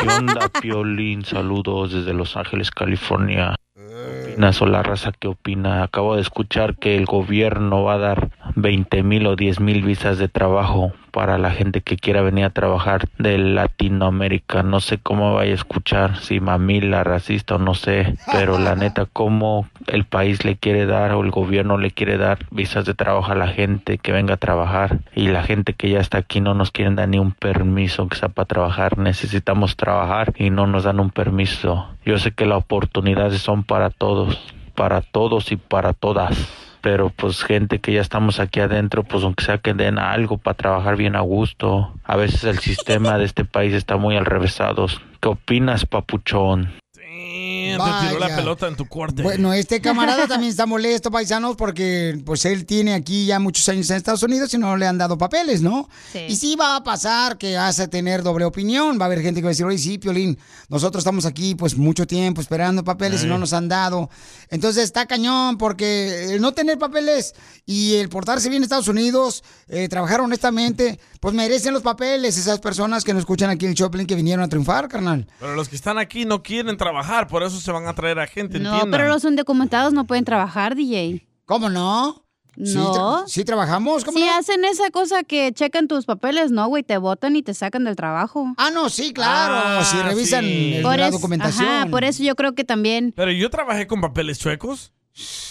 ¿Qué onda, Piolín? Saludos desde Los Ángeles, California. ¿Qué opinas o la raza que opina? Acabo de escuchar que el gobierno va a dar 20 mil o 10 mil visas de trabajo para la gente que quiera venir a trabajar de Latinoamérica. No sé cómo vaya a escuchar, si mamila, racista o no sé, pero la neta, cómo el país le quiere dar o el gobierno le quiere dar visas de trabajo a la gente que venga a trabajar y la gente que ya está aquí no nos quieren dar ni un permiso que sea para trabajar. Necesitamos trabajar y no nos dan un permiso. Yo *laughs* sé que las oportunidades son para todos, para todos y para todas. Pero pues gente que ya estamos aquí adentro, pues aunque sea que den algo para trabajar bien a gusto. A veces el sistema de este país está muy al revésados. ¿Qué opinas, papuchón?
Bien, Te tiró la
Vaya.
pelota en tu corte.
Bueno, este camarada también está molesto, paisanos, porque pues él tiene aquí ya muchos años en Estados Unidos y no le han dado papeles, ¿no? Y sí va a pasar que vas a tener doble opinión, va a haber gente que va a decir, oye, sí, Piolín, nosotros estamos aquí pues mucho tiempo esperando papeles y
Ey.
no nos han dado. Entonces está cañón, porque el no tener papeles y el portarse bien en Estados Unidos, eh, trabajar honestamente, pues merecen los papeles esas personas que no escuchan aquí el Choplin que vinieron a triunfar, carnal.
*laughs* Pero los que están aquí no quieren trabajar, por eso se van a traer a gente,
No,
entiendan.
pero los indocumentados no pueden trabajar, DJ.
¿Cómo no? Sí,
No.
tra- sí trabajamos, ¿cómo
si
no?
hacen esa cosa que checan tus papeles, no, güey, te botan y te sacan del trabajo.
Ah, no, sí, claro.
Ah,
si revisan el- la documentación.
Ajá, por eso yo creo que también.
Pero yo trabajé con papeles chuecos.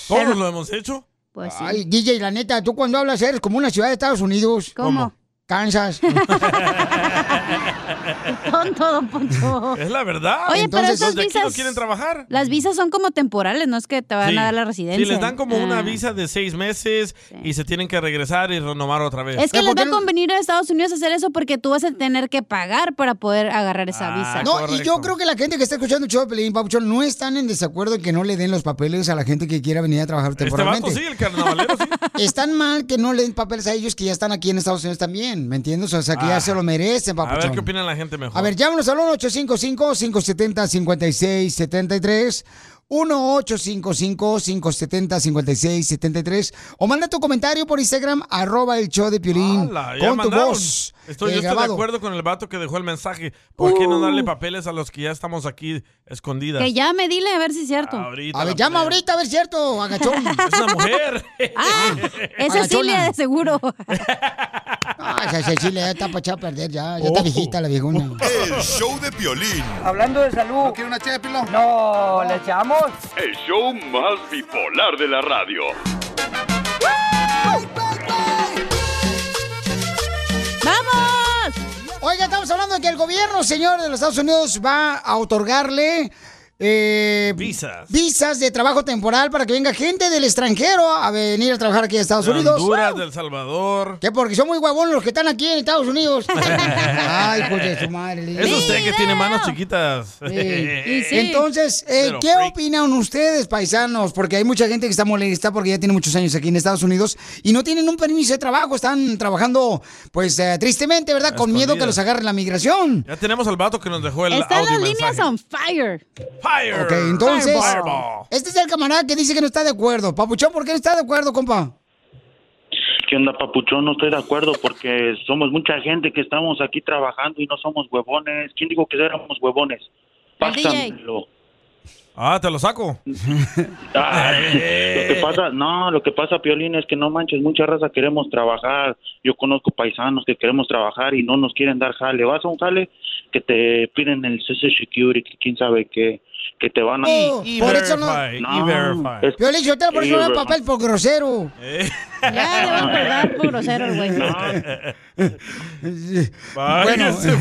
Todos lo hemos hecho.
Pues
Ay, DJ, la neta, tú cuando hablas eres como una ciudad de Estados Unidos.
¿Cómo? *laughs*
Kansas.
Tonto, don Poncho.
Es la verdad.
Oye, pero
Entonces,
esas
los de aquí
visas.
no quieren trabajar.
Las visas son como temporales, no es que te van
Sí.
a dar la
Sí,
residencia.
les dan como
Ah.
una visa de seis meses y se tienen que regresar y renovar otra vez.
Es
Eh,
que les va a convenir a Estados Unidos hacer eso porque tú vas a tener que pagar para poder agarrar esa
Ah,
visa.
No, y yo creo que la gente que está escuchando el show de Pelín Papuchón no están en desacuerdo en que no le den los papeles a la gente que quiera venir a trabajar
Este
temporalmente.
vato sí, el carnavalero sí.
*laughs* Están mal que no le den papeles a ellos que ya están aquí en Estados Unidos también, ¿me entiendes? O sea, que
Ah.
ya se lo merecen,
A ver qué
Papuchón.
opina la gente mejor.
A ver, llámanos al 1-855-570-5673. 1-855-570-5673. O manda tu comentario por Instagram, arroba el show de Piolín.
Ala, ya
Con tu
mandaron.
voz.
Estoy,
eh,
yo estoy de
grabado.
acuerdo con el vato que dejó el mensaje. ¿Por qué no darle papeles a los que ya estamos aquí escondidas?
Uh. Que llame, dile a ver si es cierto.
Ahorita A ver, la llama
peleo. ahorita a ver si es cierto,
*laughs*
agachón.
Es una mujer.
ah, es
Agachona.
Cecilia, de seguro.
Ah, esa Cecilia ya está para echar a perder, ya. Ya está viejita la viejona.
*laughs*
El show de Piolín.
Hablando de salud. ¿No quiere una ché de pilón? No, ¿le echamos?
El show más bipolar de la radio.
¡Vamos!
Oiga, estamos hablando de que el gobierno, señor, de los Estados Unidos va a otorgarle. eh,
Visas.
Visas de trabajo temporal para que venga gente del extranjero a venir a trabajar aquí a Estados
De
Unidos.
Honduras, del Salvador.
Que porque son muy huevones los que están aquí en Estados
*laughs*
Unidos. Ay, hijo de su madre.
Es usted que tiene manos chiquitas.
Sí. Entonces, eh,
Pero
¿qué opinan ustedes, paisanos? Porque hay mucha gente que está molesta porque ya tiene muchos años aquí en Estados Unidos y no tienen un permiso de trabajo, están trabajando, pues, eh, tristemente, ¿verdad? Con miedo que
Escondidas.
los agarre la migración.
Ya tenemos al vato que nos dejó el
Están
audio
las líneas
mensaje.
On fire.
Fire.
Ok, entonces,
Fireball.
este es el camarada que dice que no está de acuerdo. Papuchón, ¿por qué no está de acuerdo, compa?
¿Qué onda, papuchón? No estoy de acuerdo porque somos mucha gente que estamos aquí trabajando y no somos huevones. ¿Quién dijo que éramos huevones? Pásamelo.
Ah, te lo saco.
Ay, lo que pasa, no, lo que pasa, Piolín, es que no manches, mucha raza queremos trabajar. Yo conozco paisanos que queremos trabajar y no nos quieren dar jale. Vas a un jale que te piden el CC Security, que quién sabe qué, que te van a...
Y- y Oh, por eso no- verify, Eh.
No, es-
Yo le dije, yo te la por
y
eso no da
verify.
papel por grosero.
Ya le van a colgar por grosero
*laughs*
el güey.
Bueno,
*laughs*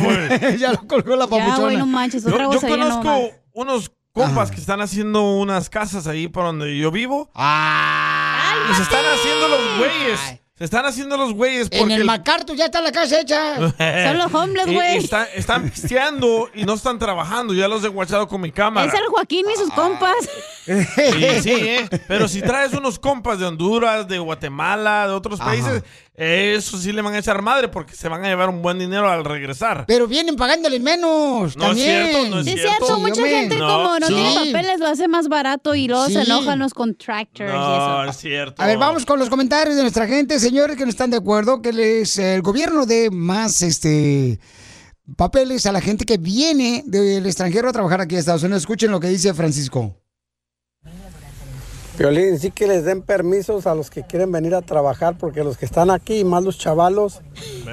pues, ya lo colgó la
Ya, güey, no manches, otra
yo, yo
grosería
conozco
nomás.
unos compas que están haciendo unas casas ahí por donde yo vivo.
Ah.
Y se están haciendo los güeyes. Se están haciendo los güeyes
En
porque
el
el-
MacArthur ya está la
*laughs*
casa *laughs* hecha. Son los hombres,
Y- y
güey.
están, están pisteando y no están trabajando. Ya los he guachado con mi cámara. Ah.
Es el Joaquín y sus compas.
Sí,
*laughs*
sí, ¿eh? Pero si traes unos compas de Honduras, de Guatemala, de otros países, eso sí le van a echar madre porque se van a llevar un buen dinero al regresar.
Pero vienen pagándoles menos.
No es
también.
cierto, no es
Sí, es cierto, mucha gente como no
Sí.
tiene papeles lo hace más barato y luego se
Sí.
enojan los contractors y eso.
No, es cierto.
A ver, vamos con los comentarios de nuestra gente, señores que no están de acuerdo, que les, el gobierno dé más este papeles a la gente que viene del extranjero a trabajar aquí a Estados Unidos. Escuchen lo que dice Francisco.
Violín, sí que les den permisos a los que quieren venir a trabajar, porque los que están aquí, y más los chavalos,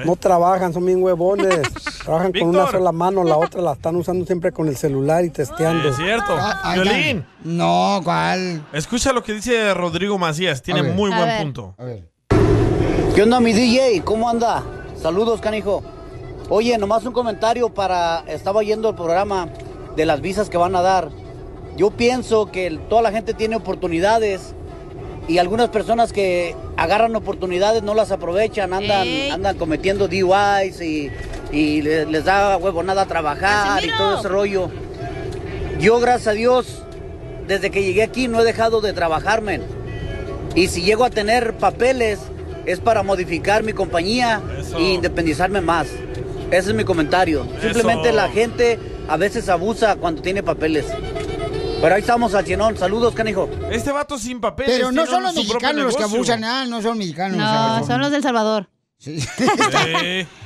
no trabajan, son bien
*laughs*
huevones. Trabajan con una
¿Eh? Víctor.
sola mano, la otra la están usando siempre con el celular y testeando.
Es cierto.
Ah, ya.
Violín.
No, ¿cuál?
Escucha lo que dice Rodrigo Macías. Tiene
A ver.
muy
A
buen
ver.
punto.
¿Qué onda mi DJ? ¿Cómo anda? Saludos, canijo. Oye, nomás un comentario para... Estaba oyendo el programa de las visas que van a dar. Yo pienso que el- toda la gente tiene oportunidades y algunas personas que agarran oportunidades no las aprovechan, andan, andan cometiendo DUIs y, y le- les da huevonada trabajar y todo ese rollo. Yo, gracias a Dios, desde que llegué aquí no he dejado de trabajar, men. Y si llego a tener papeles, es para modificar mi compañía e independizarme más. Ese es mi comentario. Simplemente la gente a veces abusa cuando tiene papeles. Pero ahí estamos al llenón. Saludos, canijo.
Este vato sin papeles.
Pero no
tienen
son los
su propio
mexicanos los que
negocio.
abusan, ah, no son mexicanos.
No, son los del Salvador.
*laughs*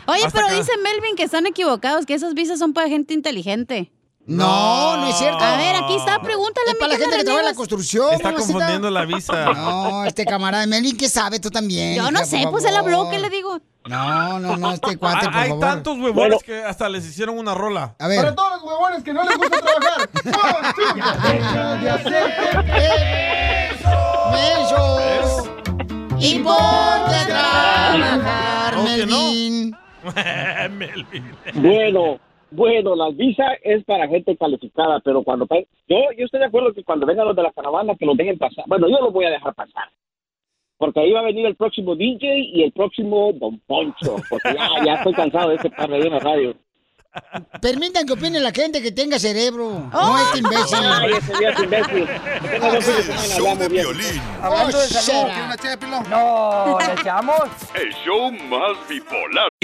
Oye,
Hasta
pero
acá.
dice Melvin que están equivocados, que esas visas son para gente inteligente.
No, no es cierto.
A ver, aquí está, pregúntale
Es para la gente que trabaja en la construcción.
Está
mamacita.
confundiendo la visa.
No, este camarada, Melvin, ¿qué sabe tú también?
Yo no
hija,
sé,
por
pues él habló,
favor?
¿qué le digo?
No, no,
*laughs*
no, este cuate, por
Ah, Hay
favor.
tantos huevones que hasta les hicieron una rola.
A ver. Para
todos los huevones que no les gusta trabajar.
Deja de hacerte
besos. Y ponte a trabajar,
Melvin. *laughs*
Bueno, bueno, la visa es para gente calificada, pero cuando pa- yo yo estoy de acuerdo que cuando vengan los de la caravana que los dejen pasar. Bueno, yo los voy a dejar pasar. Porque ahí va a venir el próximo DJ y el próximo Don Poncho, porque ya, ya estoy cansado de ese par de la
*laughs*
radio.
Permitan que opine la gente que tenga cerebro. No este imbécil.
Ay, ese día es imbécil.
Show de violín.
Hablando de salud,
Shut
¿quiere una ché, Pilón?
No, ¿le echamos?
El show más bipolar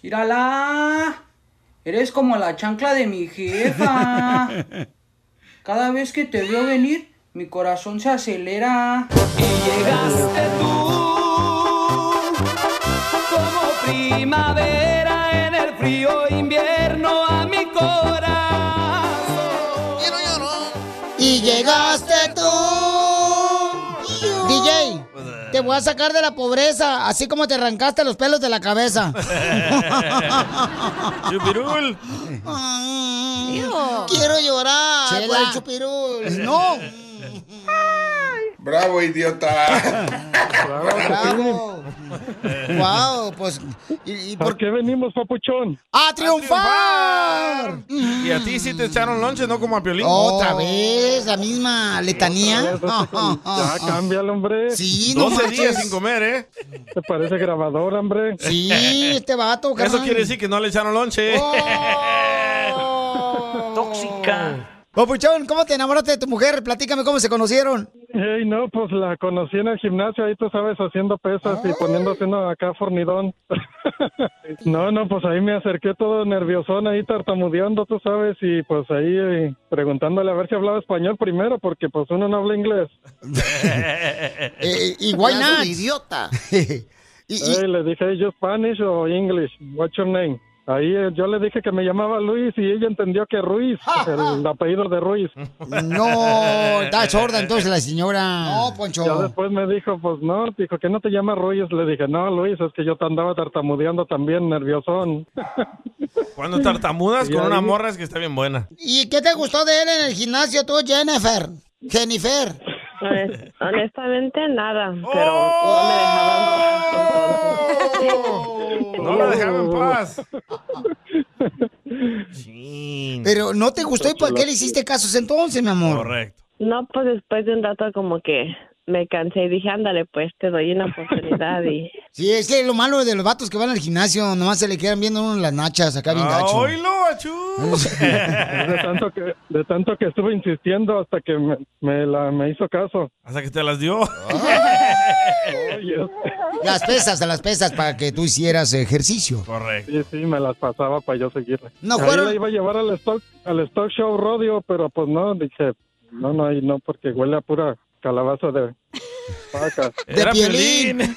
Mírala, eres como la chancla de mi jefa. Cada vez que te veo venir, mi corazón se acelera.
Llegaste tú como primavera en el frío invierno a mi corazón. Quiero llorar.
Y llegaste tú. DJ, te voy a sacar de la pobreza, así como te arrancaste los pelos de la cabeza.
Chupirul.
Quiero llorar.
Chela.
güey, chupirul. Pues No.
Bravo, idiota.
Bravo. wow, pues. ¿Y, y por
qué venimos, papuchón?
¡A triunfar!
Y a ti sí te echaron lonche, no como a Piolín.
Otra vez, la misma letanía. Ah, *laughs*
Ya, cámbiale, hombre.
Sí, no
12 días
marches.
sin comer, ¿eh?
Te parece grabador, hombre.
Sí, este vato,
Eso
carnal. Oh.
quiere decir que no le echaron lonche.
Tóxica. Papuchón, ¿cómo te enamoraste de tu mujer? Platícame cómo se conocieron.
Ey, no, pues la conocí en el gimnasio, ahí tú sabes, haciendo pesas y poniéndose uno acá fornidón. *laughs* no, no, pues ahí me acerqué todo nerviosón, ahí tartamudeando, tú sabes, y pues ahí eh, preguntándole a ver si hablaba español primero, porque pues uno no habla inglés.
y why
Ya sos
not?
idiota.
*laughs* y,
Ey, le dije, "Hey, you Spanish o English? What's your name? Ahí eh, yo le dije que me llamaba Luis y ella entendió que Ruiz, el apellido de Ruiz.
No, Oh, está sorda entonces la señora. No,
Ya
Poncho.
después me dijo, pues no, dijo que no te llamas Ruiz. Le dije, no, Luis, es que yo te andaba tartamudeando
*laughs*
también, nerviosón.
Cuando tartamudas
Y
con
ahí-
una morra es que está bien buena.
¿Y qué te gustó de él en el gimnasio tú, Jennifer? Jennifer. Oh.
Honest- Pues, Honestamente, nada, pero no me dejaban.
No la dejaba en paz.
Pero no te gustó y ¿para qué le hiciste casos entonces, mi amor?
Correcto.
No, pues después de un rato como que me cansé y dije, ándale, pues te doy una oportunidad
*laughs*
y...
Sí, es que lo malo de los vatos que van al gimnasio, nomás se le quedan viendo uno las nachas acá bien gacho. *laughs*
¡Oilo, achú!
*laughs* de, tanto que, de tanto que estuve insistiendo hasta que me, me la, me hizo caso.
Hasta que te las dio.
Las pesas, las pesas para que tú hicieras ejercicio.
Correcto.
Sí, sí, me las pasaba para yo seguirle.
No
Ahí
fueron-
la iba a llevar al stock, al stock show rodeo, pero pues no, dije, no, no, ahí no, porque huele a pura calabaza
*laughs*
de vacas.
*laughs* Era Piolín. *laughs*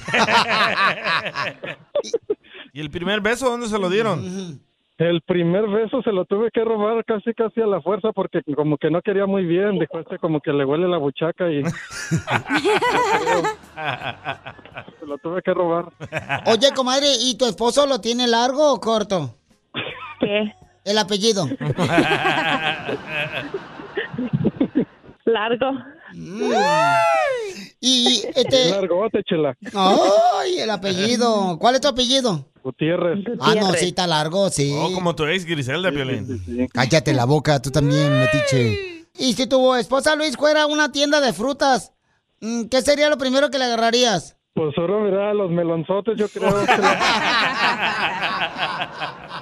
¿Y el primer beso dónde se lo dieron?
El primer beso se lo tuve que robar casi casi a la fuerza porque como que no quería muy bien, dijo este como que le huele la buchaca y se lo tuve que robar.
*laughs* Oye, comadre, ¿y tu esposo lo tiene largo o corto?
¿Qué?
El apellido.
*laughs* Largo.
Mm. Y este.
Largote, chela.
Ay, el apellido. ¿Cuál es tu apellido?
Gutiérrez.
Ah, no, sí, está largo, sí.
Oh, como tu ex Griselda, Piolín.
Cállate la boca, tú también, *laughs* metiche. Y si tu esposa Luis fuera a una tienda de frutas, mm, ¿qué sería lo primero que le agarrarías?
Pues ahora verá los melonzotes, yo creo.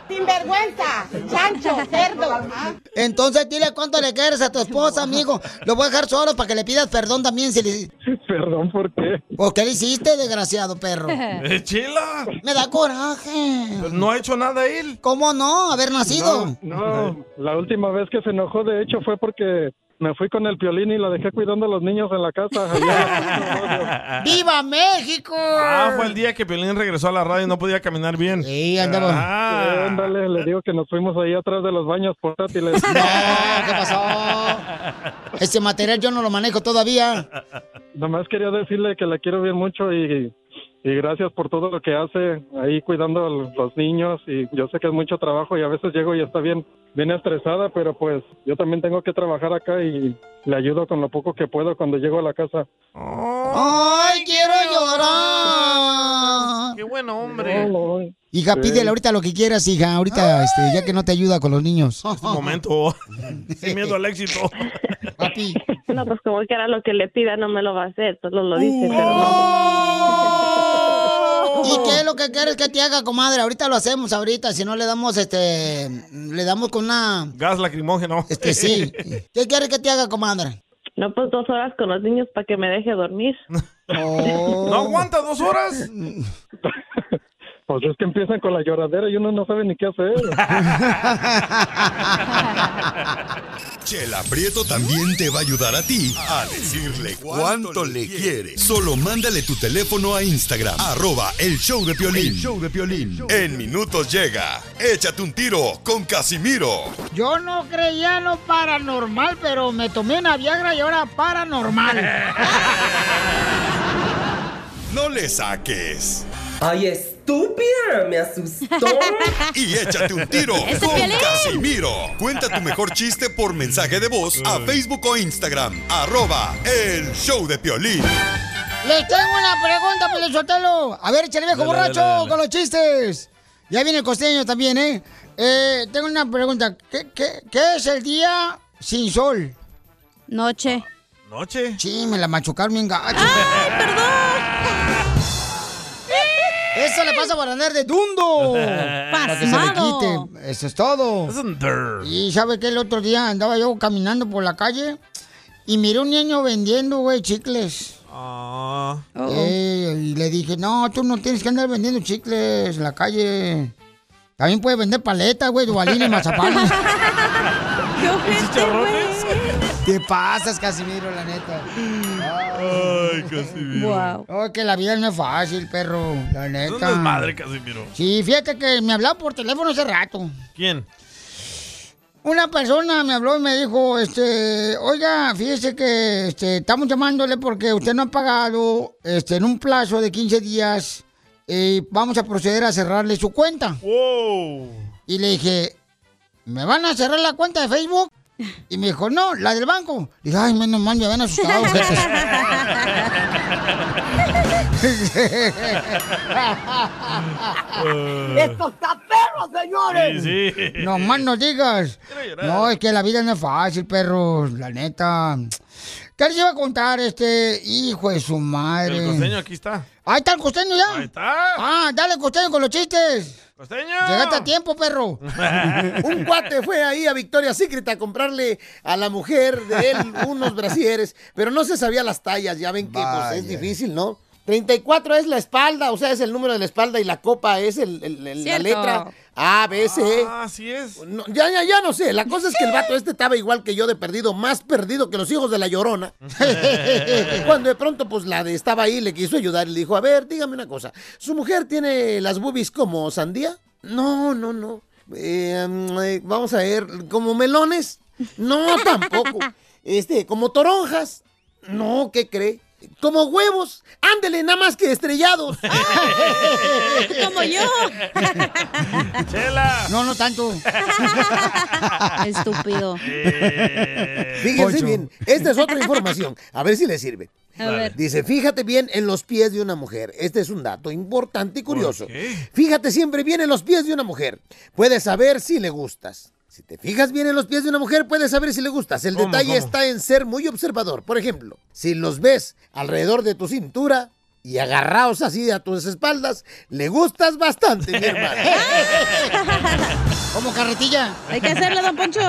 ¡Sinvergüenza! ¡Chancho, cerdo! Entonces dile cuánto le quieres a tu esposa, amigo. Lo voy a dejar solo para que le pidas perdón también si le...
Perdón, ¿por qué?
¿Por qué le hiciste, desgraciado
*laughs*
perro?
Eh, chila.
Me da coraje.
Pues No ha hecho nada él.
¿Cómo no? Haber nacido.
*laughs*
No, no, la última vez que se enojó de hecho fue porque me fui con el piolín y la dejé cuidando a los niños en la casa. *laughs*
¡Viva México!
Ah, fue el día que Piolín regresó a la radio y no podía caminar bien.
Sí,
andaba.
Ah,
Eh, ándale, le digo que nos fuimos ahí atrás de
*laughs*
los *laughs* baños portátiles.
¿Qué pasó? Este material yo no lo manejo todavía.
Nomás quería decirle que la quiero bien mucho y, y gracias por todo lo que hace ahí cuidando a los- los niños. Y yo sé que es mucho trabajo y a veces llego y está bien, bien estresada, pero pues yo también tengo que trabajar acá y le ayudo con lo poco que puedo cuando llego a la casa.
¡Ay, quiero llorar!
¡Qué buen hombre!
Hija,
Sí.
pídele ahorita lo que quieras, hija. Ahorita, este, ya que no te ayuda con los niños.
Este
*laughs*
Momento. Sin miedo al éxito.
No, pues como que era lo que le pida, no me lo va a hacer, solo lo dice, pero no.
¿Y qué es lo que quieres que te haga, comadre? Ahorita lo hacemos, ahorita. Si no, le damos, este, le damos con una...
Gas lacrimógeno.
Es
*laughs*
que sí. ¿Qué quieres que te haga, comadre?
No, pues dos horas con los niños para que me deje dormir.
¿No aguanta dos horas?
Pues es que empiezan con la lloradera y uno no sabe ni qué hacer.
Chela Prieto también te va a ayudar a ti a decirle cuánto le quiere. Solo mándale tu teléfono a Instagram, arroba el show de Piolín. En minutos llega, échate un tiro con *laughs* Casimiro.
Yo no creía en lo paranormal,
*laughs*
pero me tomé una Viagra y ahora paranormal.
No le saques.
¡Ay, estúpida! Me asustó. *laughs*
Y échate un tiro
Este
¡Ese
con
Piolín!
Casimiro. Cuenta tu mejor chiste por mensaje de voz a Facebook o Instagram. Arroba el show de Piolín.
Les tengo una pregunta, Pelizotelo. A ver, échale viejo
Dale, dale,
borracho
dale.
con los chistes. Ya viene el costeño también, ¿eh? Eh, tengo una pregunta. ¿Qué, qué, qué es el día sin sol? Noche.
¿Noche?
Sí, me la machucaron bien gacho.
*laughs*
¡Ay, perdón! Eso le pasa por andar
*laughs*
de dundo. *laughs* Para que se le
Pasmado.
quite. Eso es todo. Y sabe que el otro día andaba yo caminando por la calle y miré un niño vendiendo, güey, chicles.
Ah,
Ah. Eh, y le dije, no, tú no tienes que andar vendiendo chicles en la calle. También puedes vender paletas, güey, dubalines, *laughs* mazapanes.
chicharrones?
Te pasas, Casimiro, la neta. Ay, Casimiro. Wow. que la vida no es fácil, perro, la
Es un
neta.
desmadre, Casimiro.
Sí, fíjate que me hablaba por teléfono hace rato.
¿Quién?
Una persona me habló y me dijo, este, oiga, fíjese que este, estamos llamándole porque usted no ha pagado este, en un plazo de 15 días y vamos a proceder a cerrarle su cuenta. Y le dije, ¿me van a cerrar la cuenta de Facebook? Y me dijo, no, la del banco. Dije, ay, menos mal, me habían asustado. *laughs*
Esto
está perro, señores.
Sí, sí.
No más no digas. No, es que la vida no es fácil, perro. La neta. ¿Qué les iba a contar este hijo de su madre?
El costeño aquí está.
Ahí está el costeño ya. Ahí
está.
Ah, dale costeño con los chistes.
¡Costeño!
Llegaste a tiempo,
*laughs*
perro.
Un cuate fue ahí a Victoria Secret a comprarle a la mujer de él unos brasieres, pero no se sabía las tallas, ya ven que pues,
Vaya.
es difícil, ¿no? 34 es la espalda, o sea, es el número de la espalda y la copa es el- el- el- la
Cierto.
letra A, B, C. E.
Ah, así es.
No, ya, ya, ya no sé. La cosa es que el vato este estaba igual que yo de perdido, más perdido que los hijos de la llorona. Cuando de pronto, pues la de estaba ahí, le quiso ayudar y le dijo: A ver, dígame una cosa. ¿Su mujer tiene las boobies como sandía? No, no, no. Eh, mm, eh, vamos a ver, ¿como melones? No, tampoco. Este, ¿como toronjas? No, ¿qué cree? Como huevos, ándele, nada más
*laughs*
que estrellados.
Ah, Como
*laughs*
yo.
Chela.
No, no tanto.
Estúpido. Fíjense
Eh. Poncho.
bien, esta es otra información, a ver si le sirve.
A ver.
Dice, fíjate bien en los pies de una mujer. Este es un dato importante y curioso.
¿Por qué?
Fíjate siempre bien en los pies de una mujer. Puedes saber si le gustas. Si te fijas bien en los pies de una mujer, puedes saber si le gustas. El
¿Cómo,
detalle
cómo?
está en ser muy observador. Por ejemplo, si los ves alrededor de tu cintura y agarrados así a tus espaldas, le gustas bastante, mi hermano.
*laughs*
Como carretilla.
Hay que hacerlo, don Poncho.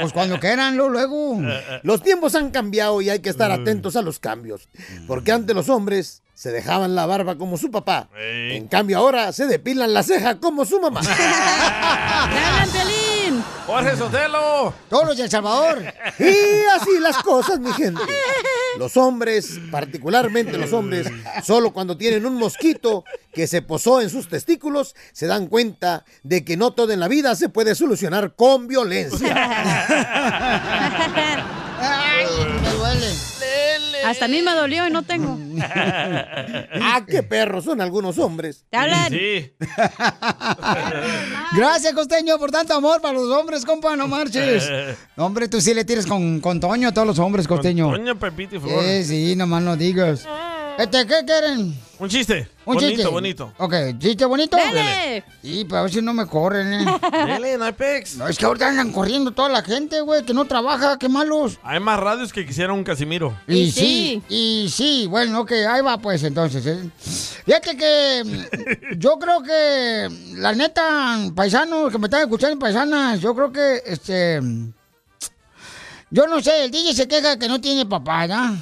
Pues cuando quieran, lo luego.
Los tiempos han cambiado y hay que estar atentos a los cambios. Porque antes los hombres se dejaban la barba como su papá. En cambio ahora se depilan la ceja como su *laughs* mamá. Ah,
Ah.
¡Jorge Sotelo!
Todos de El Salvador.
Y así las cosas, mi gente. Los hombres, particularmente los hombres, solo cuando tienen un mosquito que se posó en sus testículos, se dan cuenta de que no todo en la vida se puede solucionar con violencia.
Ay, me duele.
Hasta a mí me dolió y no tengo.
ah, qué perros son algunos hombres.
Te hablan.
*laughs*
Gracias, Costeño, por tanto amor para los hombres, compa, no marches.
*laughs*
No, hombre, tú sí le tires con, con Toño a todos los hombres, Costeño.
Toño, Pepito y Flor.
Sí, sí, nomás no digas. Este, ¿qué quieren?
Un chiste.
Un
bonito,
chiste.
bonito.
Ok, ¿chiste bonito?
Dale.
Y para ver si no me
*laughs*
corren, ¿eh?
Dale, no hay pex.
No, es que ahorita andan corriendo toda la gente, güey, que no trabaja, qué malos.
Hay más radios que quisiera un Casimiro.
Y sí, y sí, bueno, ok, ahí va pues entonces. ¿eh? Fíjate que mm, yo creo que, la neta, paisanos que me están escuchando, paisanas, yo creo que, este, yo no sé, el DJ se queja que no tiene papá, ¿ya?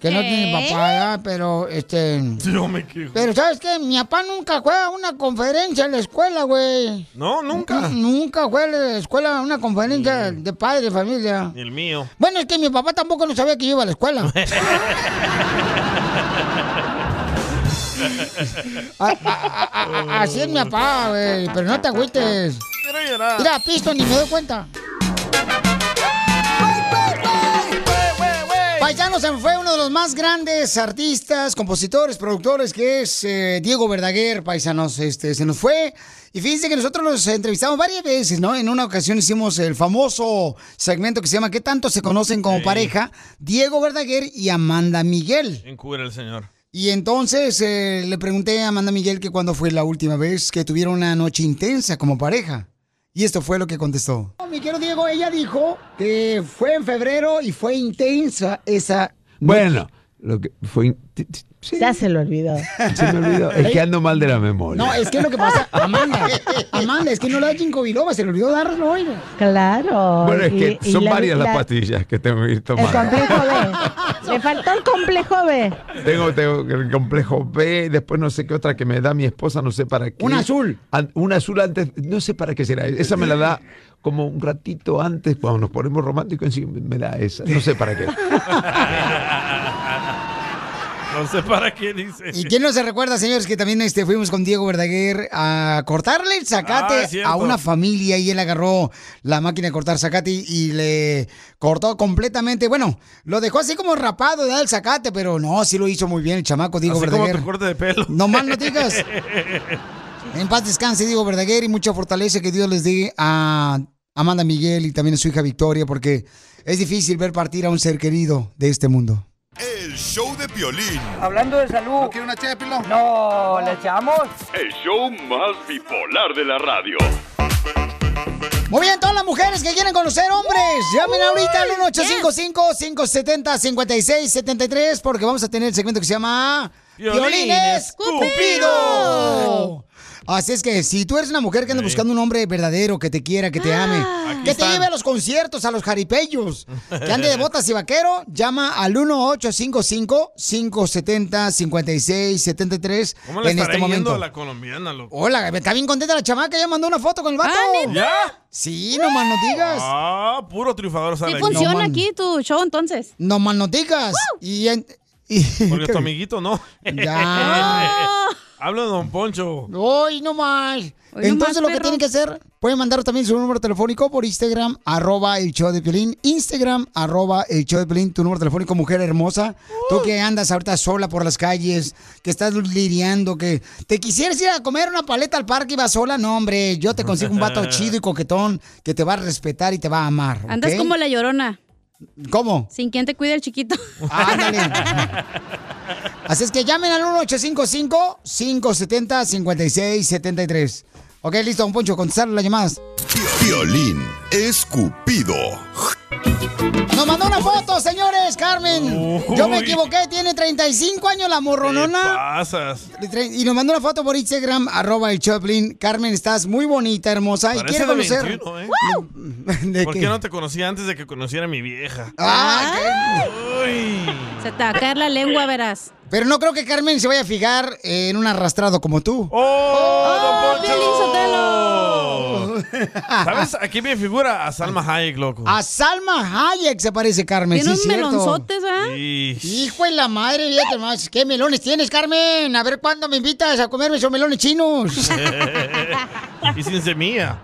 Que no
¿Qué?
tiene papá, ¿ya? Pero, este...
Yo me quejo.
Pero, ¿sabes qué? Mi papá nunca fue a una conferencia en la escuela, güey.
No, nunca.
Nunca fue a la escuela a una conferencia de padre, familia.
Ni el mío.
Bueno, es que mi papá tampoco no sabía que yo iba a
*laughs*
la escuela. A- a- a- a- así es mi papá, güey. Pero no te agüites.
Quiero llorar.
Mira,
*laughs*
pisto, ni me doy cuenta. Paisano se fue uno de los más grandes artistas, compositores, productores, que es eh, Diego Verdaguer, paisanos. Este, se nos fue. Y fíjense que nosotros los entrevistamos varias veces, ¿no? En una ocasión hicimos el famoso segmento que se llama ¿Qué tanto se conocen como
Sí.
pareja? Diego Verdaguer y Amanda Miguel.
Encubre el señor. *laughs*
Y entonces eh, le pregunté a Amanda Miguel que cuándo fue la última vez que tuvieron una noche intensa como pareja. Y esto fue lo que contestó. Mi querido Diego, ella dijo que fue en febrero y fue intensa esa...
Bueno, lo que fue. in- ti- ti-
Ya se lo
*laughs*
olvidó.
Se me olvidó. Es que ando mal de la memoria.
No, es que lo que pasa, Amanda, Amanda, es que no le da ginkgo biloba, se le olvidó darlo, oiga.
Claro.
Bueno, es que
y- y
son
la-
varias las
la-
pastillas que tengo que ir
El
tomando.
complejo B. *laughs* Le faltó el complejo B.
Tengo, tengo el complejo B, después no sé qué otra que me da mi esposa, no sé para qué.
Un azul.
An- un azul antes, no sé para qué será. Esa me la da como un ratito antes, cuando nos ponemos románticos, sí, me da esa. No sé para qué.
No sé para qué dice.
¿Y quién no se recuerda, señores, que también este, fuimos con Diego Verdaguer a cortarle el
Ah,
zacate
es cierto.
a una familia y él agarró la máquina de cortar zacate y, y le cortó completamente. Bueno, lo dejó así como rapado, ¿verdad? El zacate, pero no, sí lo hizo muy bien el chamaco Diego
Así como
Verdaguer.
tu corte de pelo.
No más
*laughs*
no digas. En paz descanse, Diego Verdaguer, y mucha fortaleza que Dios les dé a Amanda Miguel y también a su hija Victoria, porque es difícil ver partir a un ser querido de este mundo.
El show de Piolín.
Hablando de salud. ¿No quiere una ché, Pilo? No, ¿le echamos?
El show más bipolar de la radio.
Muy bien, todas las mujeres que quieren conocer hombres, llamen ahorita al 1-855-570-5673 porque vamos a tener el segmento que se llama
Violín
Violines Cupido.
Cupido.
Así es que si tú eres una mujer que anda buscando un hombre verdadero que te quiera, que te
Ah,
ame, que te
están.
lleve a los conciertos, a los jaripellos, que ande de botas y vaquero, llama al 1-855-570-5673
¿Cómo le
en
estará yendo
este momento.
a la colombiana, loco?
Hola, está bien contenta la chamaca, ya mandó una foto con el vato.
Ah, ¿Ya?
Sí, pues. no más no digas.
Ah, puro triunfador sale
Sí
aquí.
funciona
No, man.
aquí tu show entonces.
No más no digas. Y, en- y-
Porque tu amiguito no. *laughs*
Ya.
Hablo de Don Poncho.
Hoy no más.
Hoy no más,
Entonces lo que
perro.
tienen que hacer, pueden mandar también su número telefónico por Instagram, arroba el show de Piolín, Instagram, arroba el show de Piolín, tu número telefónico, mujer hermosa. Tú que andas ahorita sola por las calles, que estás liriando, que te quisieras ir a comer una paleta al parque y vas sola, no hombre, yo te consigo un vato chido y coquetón que te va a respetar y te va a amar.
Andas
¿ok?
como la llorona,
¿Cómo?
sin quien te cuide el chiquito. *laughs*
Así es que llamen al 1-855-570-5673. Ok, listo, don Poncho, contestar las llamadas.
Piolín escupido.
Nos mandó una foto, señores, Carmen. Yo me equivoqué, tiene 35 años la morronona.
Pasas.
Tre- Y nos mandó una foto por Instagram, arroba el Choplin. Carmen, estás muy bonita, hermosa. Y
Parece
quiere
de
conocer.
21, ¿eh?
*laughs* ¿De
¿Por
qué? Ah.
qué no te conocí antes de que conociera a mi vieja?
Se te va a caer la lengua, verás.
Pero no creo que Carmen se vaya a fijar en un arrastrado como tú.
¡Oh,
Don Poncho!
*laughs* ¿Sabes? Aquí me figura a Salma Hayek, loco.
A Salma Hayek se parece Carmen.
Tiene
sí,
un
cierto.
melonzote. Sí.
Hijo de la madre, fíjate más. ¿Qué melones tienes, Carmen? A ver cuándo me invitas a comerme esos melones chinos.
*laughs* y sin semilla.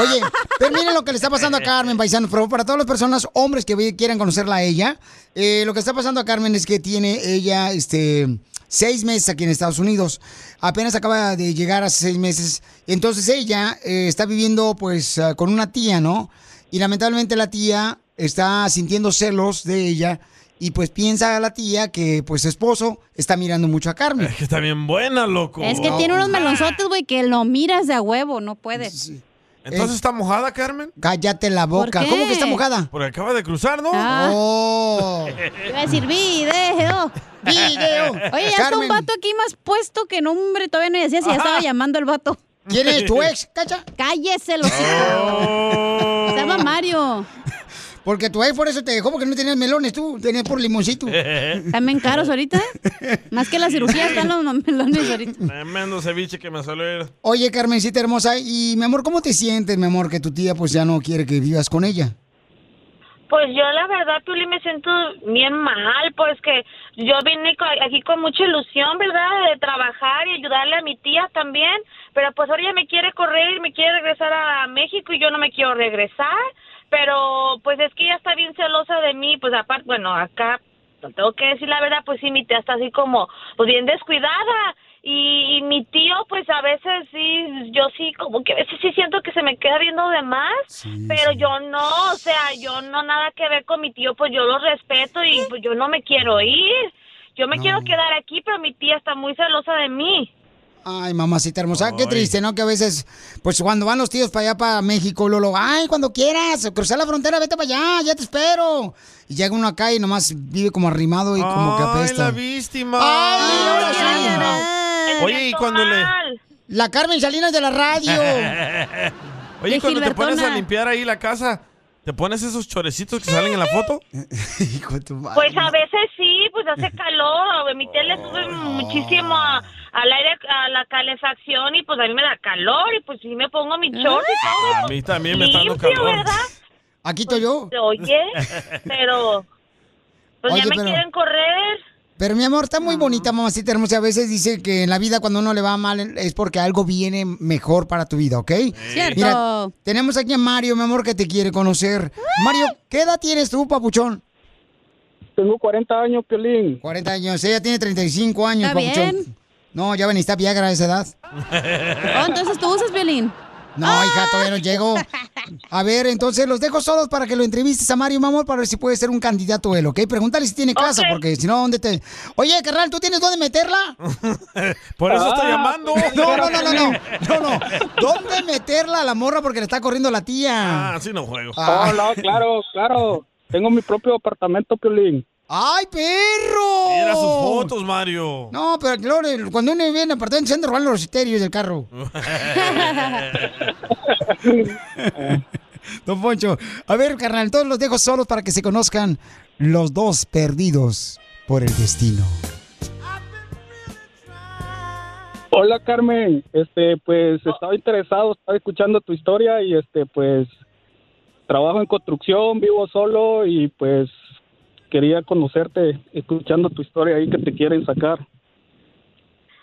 Oye, pero miren lo que le está pasando a Carmen, paisanos. Por favor, para todas las personas, hombres que ve- quieran conocerla a ella, eh, lo que está pasando a Carmen es que tiene ella este, seis meses aquí en Estados Unidos. Apenas acaba de llegar hace seis meses. Entonces ella eh, está viviendo pues ah, con una tía, ¿no? Y lamentablemente la tía está sintiendo celos de ella. Y pues piensa la tía que pues su esposo está mirando mucho a Carmen.
Que está bien buena, loco.
Es que tiene unos melonzotes, güey, que lo miras de a huevo, no puedes.
Entonces está mojada, Carmen.
Cállate la boca.
qué?
¿Cómo que está mojada?
Porque acaba de cruzar, ¿no?
Ah.
*laughs* Oh.
Te Iba a decir video.
Video.
Oye, ya está un
Carmen.
vato aquí más puesto que no, hombre, todavía no decía si ya estaba llamando el vato.
¿Quién es tu ex, cacha?
Cállese, lo Se llama Mario.
Porque tu ex por eso te dejó, porque no tenías melones tú, tenías
*laughs*
por limoncito.
También caros ahorita. ¿eh? Más que la cirugía están los melones ahorita.
Tremendo ceviche que me salió. ir.
Oye, Carmencita hermosa, y mi amor, ¿cómo te sientes, mi amor, que tu tía pues ya no quiere que vivas con ella?
Pues yo la verdad, Piolín, me siento bien mal, pues que yo vine co- aquí con mucha ilusión, ¿verdad? De trabajar y ayudarle a mi tía también, pero pues ahora ella me quiere correr, me quiere regresar a México y yo no me quiero regresar, pero pues es que ella está bien celosa de mí, pues aparte, bueno, acá no tengo que decir la verdad, pues sí, mi tía está así como, pues bien descuidada. Y, y mi tío, pues a veces sí, yo sí, como que a veces sí siento que se me queda viendo de más, pero yo no, o sea, yo no nada que ver con mi tío, pues yo lo respeto y pues yo no me quiero ir. Yo me quiero quedar aquí, pero mi tía está muy celosa de mí.
Ay, mamacita hermosa, qué triste, ¿no? Que a veces, pues cuando van los tíos para allá, para México, Lolo, ay, cuando quieras, cruzar la frontera, vete para allá, ya te espero. Y llega uno acá y nomás vive como arrimado y como que
¡Ay, la
apesta.
víctima!
Ay, ahora sí.
Oye, y cuando le...
La Carmen Salinas de la radio.
*laughs* Oye,
De
y cuando te pones a
Gilbertona.
limpiar ahí la casa, ¿te pones esos chorecitos que salen en la foto? *laughs* Hijo de tu
Pues a veces sí, pues hace calor. Mi tía le sube muchísimo a- al aire, a la calefacción y pues a mí me da calor y pues sí me pongo mi short y todo.
A mí también me está dando
Limpio,
calor.
¿verdad?
Aquí estoy yo.
Oye, pero pues
Oye,
ya me
pero-
quieren correr.
Pero mi amor, está muy bonita, mamacita hermosa. A veces dice que en la vida cuando uno le va mal es porque algo viene mejor para tu vida, ¿ok?
Cierto.
Mira, tenemos aquí a Mario, mi amor, que te quiere conocer. Mario, ¿qué edad tienes tú, papuchón?
Tengo 40 años, Piolín.
40 años, ella tiene 35 años,
Está
papuchón.
bien.
No, ya ven, está Viagra a esa edad.
Oh, entonces tú usas violín.
No, hija, todavía no llego. A ver, entonces los dejo solos para que lo entrevistes a Mario, mi amor, para ver si puede ser un candidato él, ¿ok? Pregúntale si tiene casa, porque si no, ¿dónde te...? Oye, carnal, ¿tú tienes dónde meterla?
*laughs* Por eso está llamando.
Ah. *laughs* No, no, no, no, no, no, no. ¿Dónde meterla a la morra porque le está corriendo la tía?
Así Ah, no juego.
Ah.
Oh, no, claro, claro. Tengo mi propio apartamento, Piolín.
¡Ay, perro!
Mira sus fotos, Mario.
No, pero claro, cuando uno viene a apartamento se anda robando los estéreos del carro. *laughs* Don Poncho, a ver, carnal, todos los dejo solos para que se conozcan los dos perdidos por el destino.
Hola, Carmen. Este, pues estaba interesado, estaba escuchando tu historia y este, pues trabajo en construcción, vivo solo y pues quería conocerte escuchando tu historia ahí que te quieren sacar.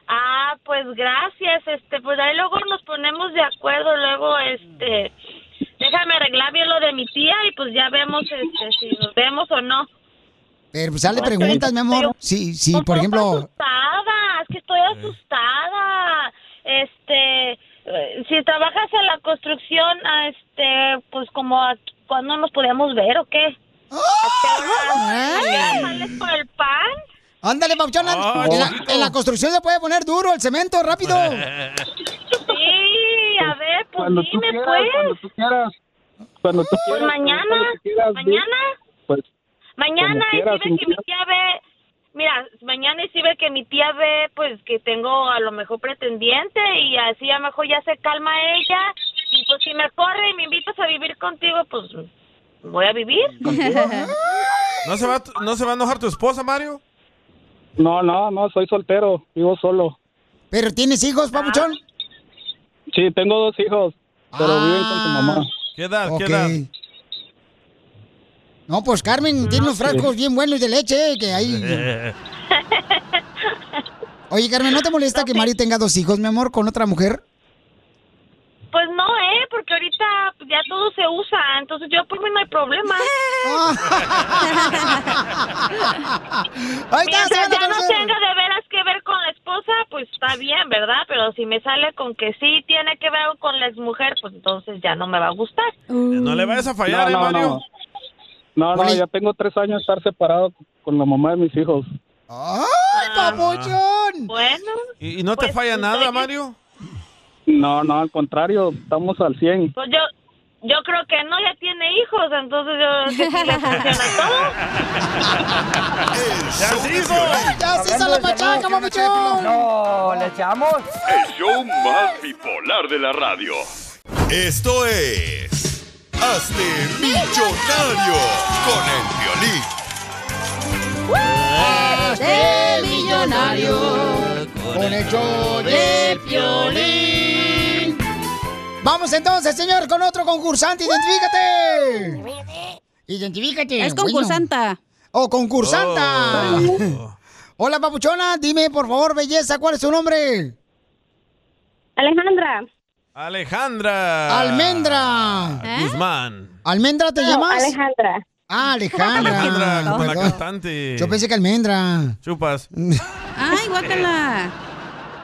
Ah, pues gracias, este, pues ahí luego nos ponemos de acuerdo, luego, este, déjame arreglar bien lo de mi tía y pues ya vemos, este, si nos vemos o no.
Pero pues hazle
Ok.
preguntas, mi amor. Sí, sí, por ejemplo,
asustada, es que estoy asustada. Este, eh, si trabajas en la construcción, ah, este, pues como a- cuándo nos podemos ver o qué? ¿A qué hora? ¿A qué hora sales por el pan?
ándale, papuchón, en, la, en la construcción se puede poner duro el cemento, rápido.
Sí, a ver, pues
Cuando tú
dime
quieras,
pues.
cuando tú quieras. Cuando tú
Pues
quieras,
mañana,
cuando quieras, di-
mañana,
Pues
mañana,
como
y
quieras,
si
sin
ve que mi tía ve, mira, mañana y si ve que mi tía ve, pues que tengo a lo mejor pretendiente y así a lo mejor ya se calma ella y pues si me corre y me invitas a vivir contigo, pues *laughs* voy a vivir contigo.
¿No se, va, ¿No se va a enojar tu esposa, Mario?
no, no, no, soy soltero, vivo solo. Ah.
¿Pero tienes hijos, papuchón? Ah.
Sí, tengo dos hijos, pero viven con su mamá.
¿Qué edad?
Ok.
¿Qué edad?
No, pues Carmen tiene unos frascos bien buenos de leche,
*laughs*
que ahí...
Eh,
Oye, Carmen, ¿no te molesta que Mario tenga dos hijos, mi amor, con otra mujer?
Pues no, eh, porque ahorita ya todo se usa, entonces yo por mí no hay problema.
Ahí está, se
Mientras
van a
ya no
conocer.
tenga de veras que ver con la esposa, pues está bien, ¿verdad? Pero si me sale con que sí tiene que ver con la exmujer, pues entonces ya no me va a gustar.
No le vayas a fallar, ¿eh,
No, no,
Mario?
no. No, no, ya tengo tres años de estar separado con la mamá de mis hijos.
¡Ay, papuchón!
Bueno.
¿Y, y no
Pues,
te falla nada, Mario?
No, no, al contrario, estamos al 100.
Pues yo, yo creo que no, ya tiene hijos, entonces yo que sí le funciona
¡Ya se hizo!
¡Ya
se hizo la pachaca,
papuchón!
¡No! ¿Le echamos?
El show más bipolar de la radio.
Esto es. Hazte millonario con el violín.
¡Este millonario!
Con el show de Piolín. Vamos entonces, señor, con otro concursante. ¡Identifícate! ¡Identifícate!
Es concursanta. Oh.
¡Oh, concursanta! Hola, papuchona. Dime, por favor, belleza, ¿cuál es tu nombre?
Alejandra.
Alejandra.
Ah, Almendra.
Guzmán.
¿Eh?
¿Almendra te
No,
llamas?
Alejandra.
Ah, Alejandra.
Alejandra, como la
perdón.
cantante.
Yo pensé que almendra. *laughs*
Chupas.
Ay, guácala.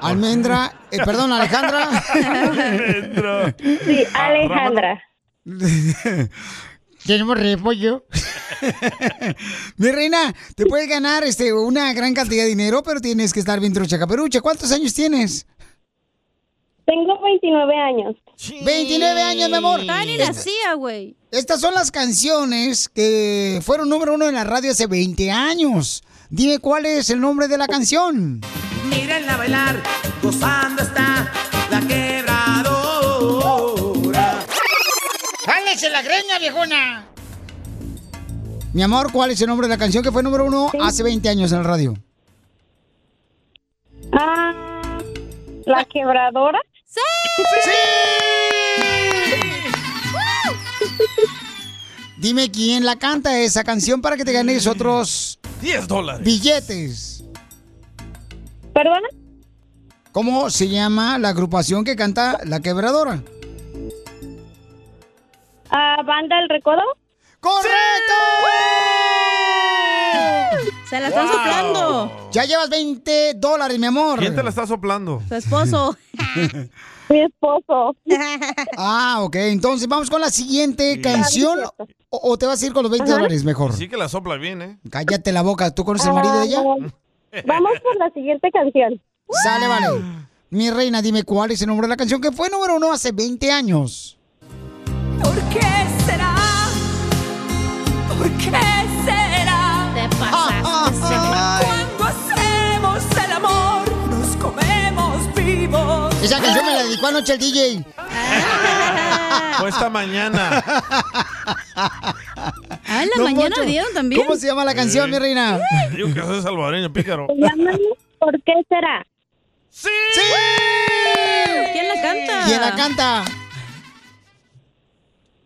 Almendra, eh, perdón, Alejandra.
*laughs*
Alejandra.
Sí, Alejandra. Tenemos repollo. Mi reina, te puedes ganar este, una gran cantidad de dinero, pero tienes que estar bien trucha caperucha. ¿Cuántos años tienes?
Tengo 29 años.
29 años, mi amor. Este
Todavía ni
Esta-
nacía, güey.
Estas son las canciones que fueron número uno en la radio hace 20 años. Dime cuál es el nombre de la canción.
*laughs* Mírenla bailar, gozando está la quebradora.
¡Jálese la greña, viejona! Mi amor, ¿cuál es el nombre de la canción que fue número uno hace 20 años en la radio?
Ah, ¿La quebradora? ¡Sí!
Dime quién la canta esa canción para que te ganes otros
10 dólares.
billetes. ¿Perdona? ¿Cómo se llama la agrupación que canta La Quebradora?
Ah, ¿Banda El Recodo?
¡Correcto!
Se
la están Wow. soplando.
Ya llevas 20 dólares, mi amor.
¿Quién te la está soplando? *laughs*
Tu esposo.
Mi esposo.
Ah, ok. Entonces vamos con la siguiente canción. O, o te vas a ir con los 20 dólares mejor?
Sí que la sopla bien, ¿eh?
Cállate la boca. ¿Tú conoces el marido de
Ah,
ella?
Ah, Vamos por la siguiente canción.
Sale, vale.
Ah.
Mi reina, dime cuál es el nombre de la canción que fue número uno hace 20 años.
¿Por qué será? ¿Por qué será? Te
pasaste.
Cuando hacemos el amor, nos comemos vivos.
Esa canción me la dedicó anoche el DJ.
*laughs* Fue esta mañana.
*laughs* Ah, en la mañana dieron también.
¿Cómo se llama la canción,
Sí.
mi reina?
*laughs* Digo que soy salvadoreño, pícaro.
¿Por qué será?
¡Sí!
¿Quién la canta?
¿Quién la canta?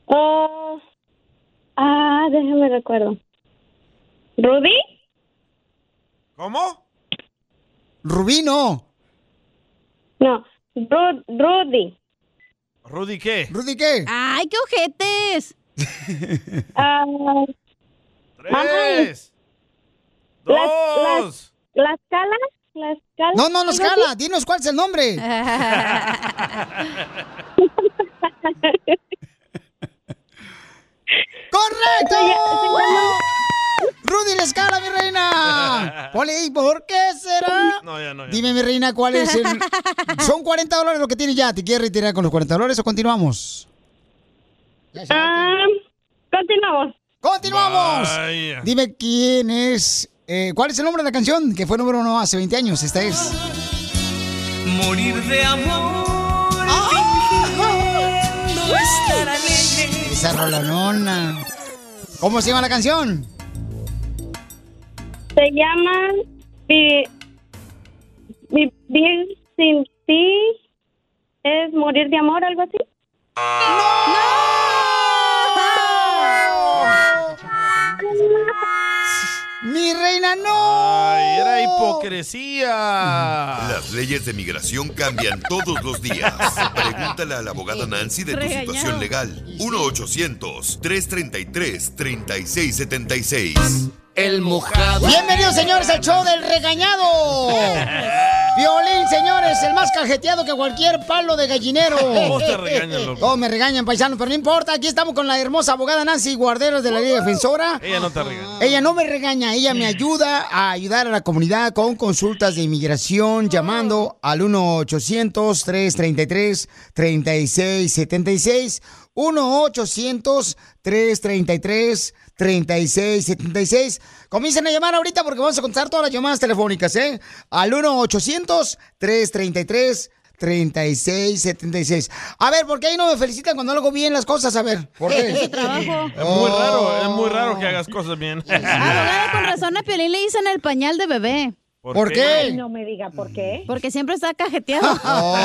Ah, ah, déjame recuerdo. ¿Rudy?
¿Cómo?
Rubino.
No, Ru- Rudy.
¿Rudy qué? Ah.
¿Rudy qué?
Ay, qué
*laughs*
ojetes.
Ah,
¡Tres!
las-
¡Dos!
las, las calas, las calas.
No, no,
algo
no
así.
escala. Dinos cuál es
*laughs*
el nombre. ¡Correcto! ¡Rudy la escala, mi reina! Ponle, ¿y por qué será?
No, ya no. Ya.
Dime, mi reina, cuál es
*laughs*
el. Son 40 dólares lo que tienes ya. ¿Te quieres retirar con los 40 dólares o continuamos?
Ah, continuamos.
¡Continuamos!
Vaya.
Dime quién es. eh, ¿Cuál es el nombre de la canción? Que fue número uno hace 20 años. Esta es.
Morir de amor.
Ah.
fingiendo estar alegre.
Esa rolonona. ¿Cómo se llama la canción?
Se llama Vi- Vi- Vivir sin ti es morir de amor, algo así.
¡Mi reina, no!
¡Ay, era hipocresía!
Las leyes de migración cambian todos los días. Pregúntale a la abogada Nancy de tu
Regañado.
situación legal. 1-800-333-3676.
El *laughs* mojado. Bienvenidos, señores, al show del regañado.
*laughs*
Violín, señores, el más cajeteado que cualquier palo
*laughs*
de gallinero.
Todos te regañan, loco.
Todos me regañan, paisano, pero no importa. Aquí estamos con la hermosa abogada Nancy Guarderos de la Liga Defensora.
Ella no te regaña.
Ella no me regaña, ella me ayuda a ayudar a la comunidad con consultas de inmigración llamando al 1-800-333-3676. 1-800-333-3676. Comiencen a llamar ahorita porque vamos a contar todas las llamadas telefónicas, ¿eh? Al 1-800-333-3676. 3676. A ver, ¿por qué ahí no me felicitan cuando hago bien las cosas? A ver, ¿por qué?
Es su trabajo.
Es muy
Oh.
raro, es muy raro que hagas cosas bien.
Ah, Abogada, con razón a Piolín le dicen el pañal de bebé.
¿Por ¿Por qué? qué? Ay,
no me diga por
Mm.
qué. Porque siempre está
*laughs*
cajeteado.
*laughs* Oh,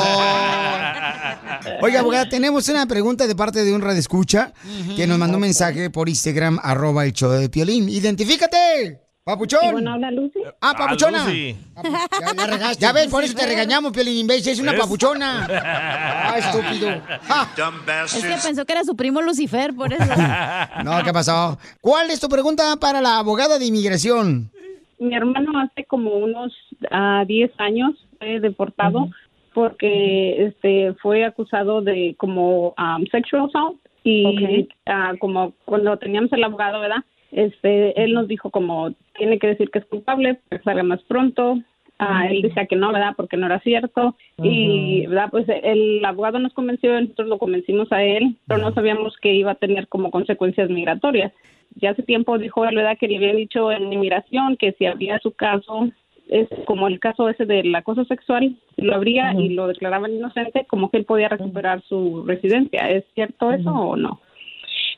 Oiga, abogada, tenemos una pregunta de parte de un radioescucha que nos mandó un mensaje por Instagram, arroba el show de Piolín. ¡Identifícate! Papuchón.
Y bueno, habla Lucy.
Ah, papuchona.
Lucy.
Papu- Ya, la regaste. Ya ves, por eso te regañamos, Piolín Imbécil. Es una
¿Ves?
*laughs* papuchona. Ah, estúpido.
Es que pensó que era su primo Lucifer, por eso.
*laughs* No, ¿qué pasó? ¿Cuál es tu pregunta para la abogada de inmigración?
Mi hermano hace como unos ah, 10 años fue deportado porque este fue acusado de como um, sexual assault y
Ok.
ah, como cuando teníamos el abogado, ¿verdad? Este, él nos dijo como tiene que decir que es culpable, para que salga más pronto. Ah, él decía que no, ¿verdad? Porque no era cierto. Y, ¿verdad? Pues el abogado nos convenció, nosotros lo convencimos a él, pero no sabíamos que iba a tener como consecuencias migratorias. Ya hace tiempo dijo, ¿verdad? Que le habían dicho en inmigración que si había su caso, es como el caso ese del acoso sexual, si lo habría
Ujú.
y lo declaraban inocente, como que él podía recuperar su residencia. ¿Es cierto eso o no?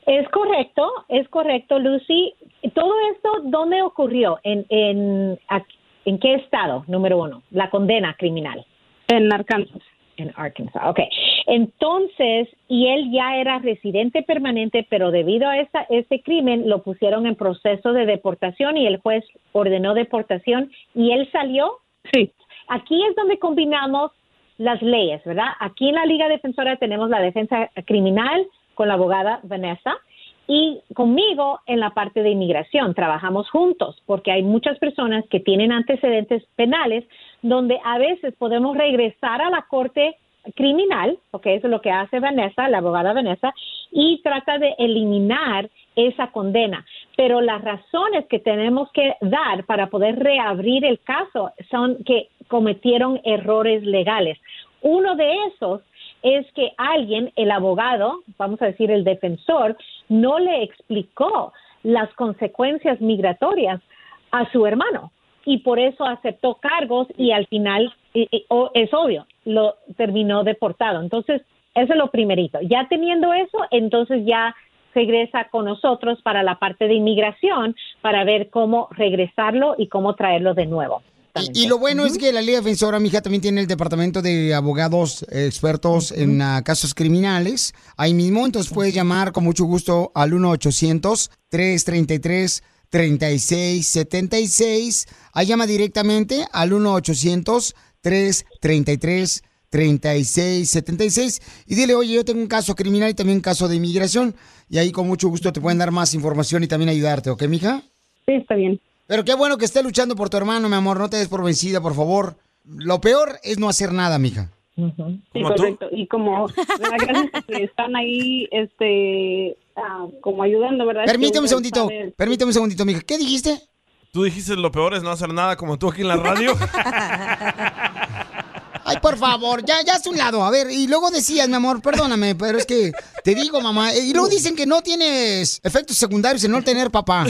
Es correcto, es correcto, Lucy. ¿Todo esto dónde ocurrió? ¿En, en, aquí- en qué estado, número uno? La condena criminal.
En Arkansas.
En Arkansas, ok. Entonces, y él ya era residente permanente, pero debido a esta, este crimen lo pusieron en proceso de deportación y el juez ordenó deportación y él salió.
Sí.
Aquí es donde combinamos las leyes, ¿verdad? Aquí en la Liga Defensora tenemos la defensa criminal con la abogada Vanessa y conmigo en la parte de inmigración. Trabajamos juntos porque hay muchas personas que tienen antecedentes penales donde a veces podemos regresar a la corte criminal, porque eso es lo que hace Vanessa, la abogada Vanessa, y trata de eliminar esa condena. Pero las razones que tenemos que dar para poder reabrir el caso son que cometieron errores legales. Uno de esos es que alguien, el abogado, vamos a decir el defensor, no le explicó las consecuencias migratorias a su hermano y por eso aceptó cargos y al final, y- y- o- es obvio, lo terminó deportado. Entonces, eso es lo primerito. Ya teniendo eso, entonces ya regresa con nosotros para la parte de inmigración para ver cómo regresarlo y cómo traerlo de nuevo.
Y lo bueno es que la Liga Defensora, mija, también tiene el departamento de abogados eh, expertos en ah, casos criminales. Ahí mismo, entonces puedes llamar con mucho gusto al 1-800-333. 3676. Ahí llama directamente al 1-800-333-3676. 3676 y dile, oye, yo tengo un caso criminal y también un caso de inmigración. Y ahí con mucho gusto te pueden dar más información y también ayudarte, ¿ok, mija?
Sí, está bien.
Pero qué bueno que esté luchando por tu hermano, mi amor. No te des por vencida, por favor. Lo peor es no hacer nada, mija.
Sí,
¿Como tú?
correcto. Y *laughs* como ¿verdad? gracias que están ahí, este, ah, como ayudando, ¿verdad?
Permíteme un
Que uno
segundito,
sabe-
permíteme un segundito, mija. ¿Qué dijiste?
Tú dijiste lo peor es no hacer nada como tú aquí en la
*laughs*
radio.
Ay, por favor, ya, ya es un lado. A ver, y luego decías, mi amor, perdóname, pero es que te digo, mamá. Y luego dicen que no tienes efectos secundarios en no tener papá.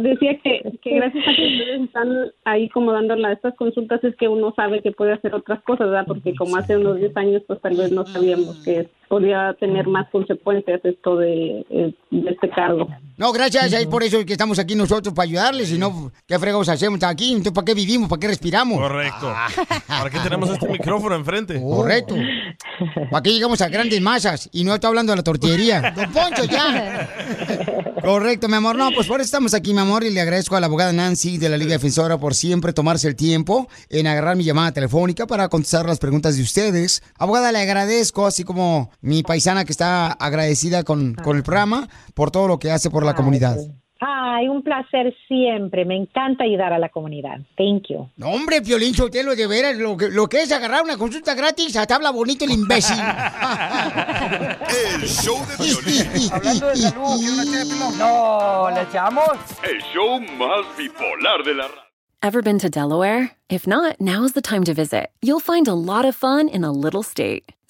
Decía que, que gracias a que ustedes están ahí como dando la- estas consultas es que uno sabe que puede hacer otras cosas, ¿verdad? Porque como hace unos 10 años, pues tal vez no sabíamos que podía tener más consecuencias esto de, eh, de este cargo.
No, gracias, es por eso que estamos aquí nosotros, para ayudarles. Si no, ¿qué fregados hacemos aquí? Entonces, ¿para qué vivimos? ¿Para qué respiramos?
Correcto. ¿Para qué tenemos este micrófono enfrente?
Ah. Correcto. ¿Para qué llegamos a grandes masas? Y no está hablando de
*laughs*
la tortillería. Don Poncho, ya. Correcto, mi amor. No, pues por eso estamos aquí, mi amor, y le agradezco a la abogada Nancy de la Liga Defensora por siempre tomarse el tiempo en agarrar mi llamada telefónica para contestar las preguntas de ustedes. Abogada, le agradezco, así como mi paisana que está agradecida con, con el programa por todo lo que hace por la comunidad.
Ay, un placer siempre. Me encanta ayudar a la comunidad. Thank you.
No, hombre, Piolín Sotelo, de veras, lo que, lo que es agarrar una consulta gratis, hasta habla bonito el imbécil.
El show
*laughs*
de violín.
Hablando de salud, ¿quiere una ché, Pilón? No, ¿le echamos?
El show más bipolar de la radio.
Ever been to Delaware? If not, now's the time to visit. You'll find a lot of fun in a little state.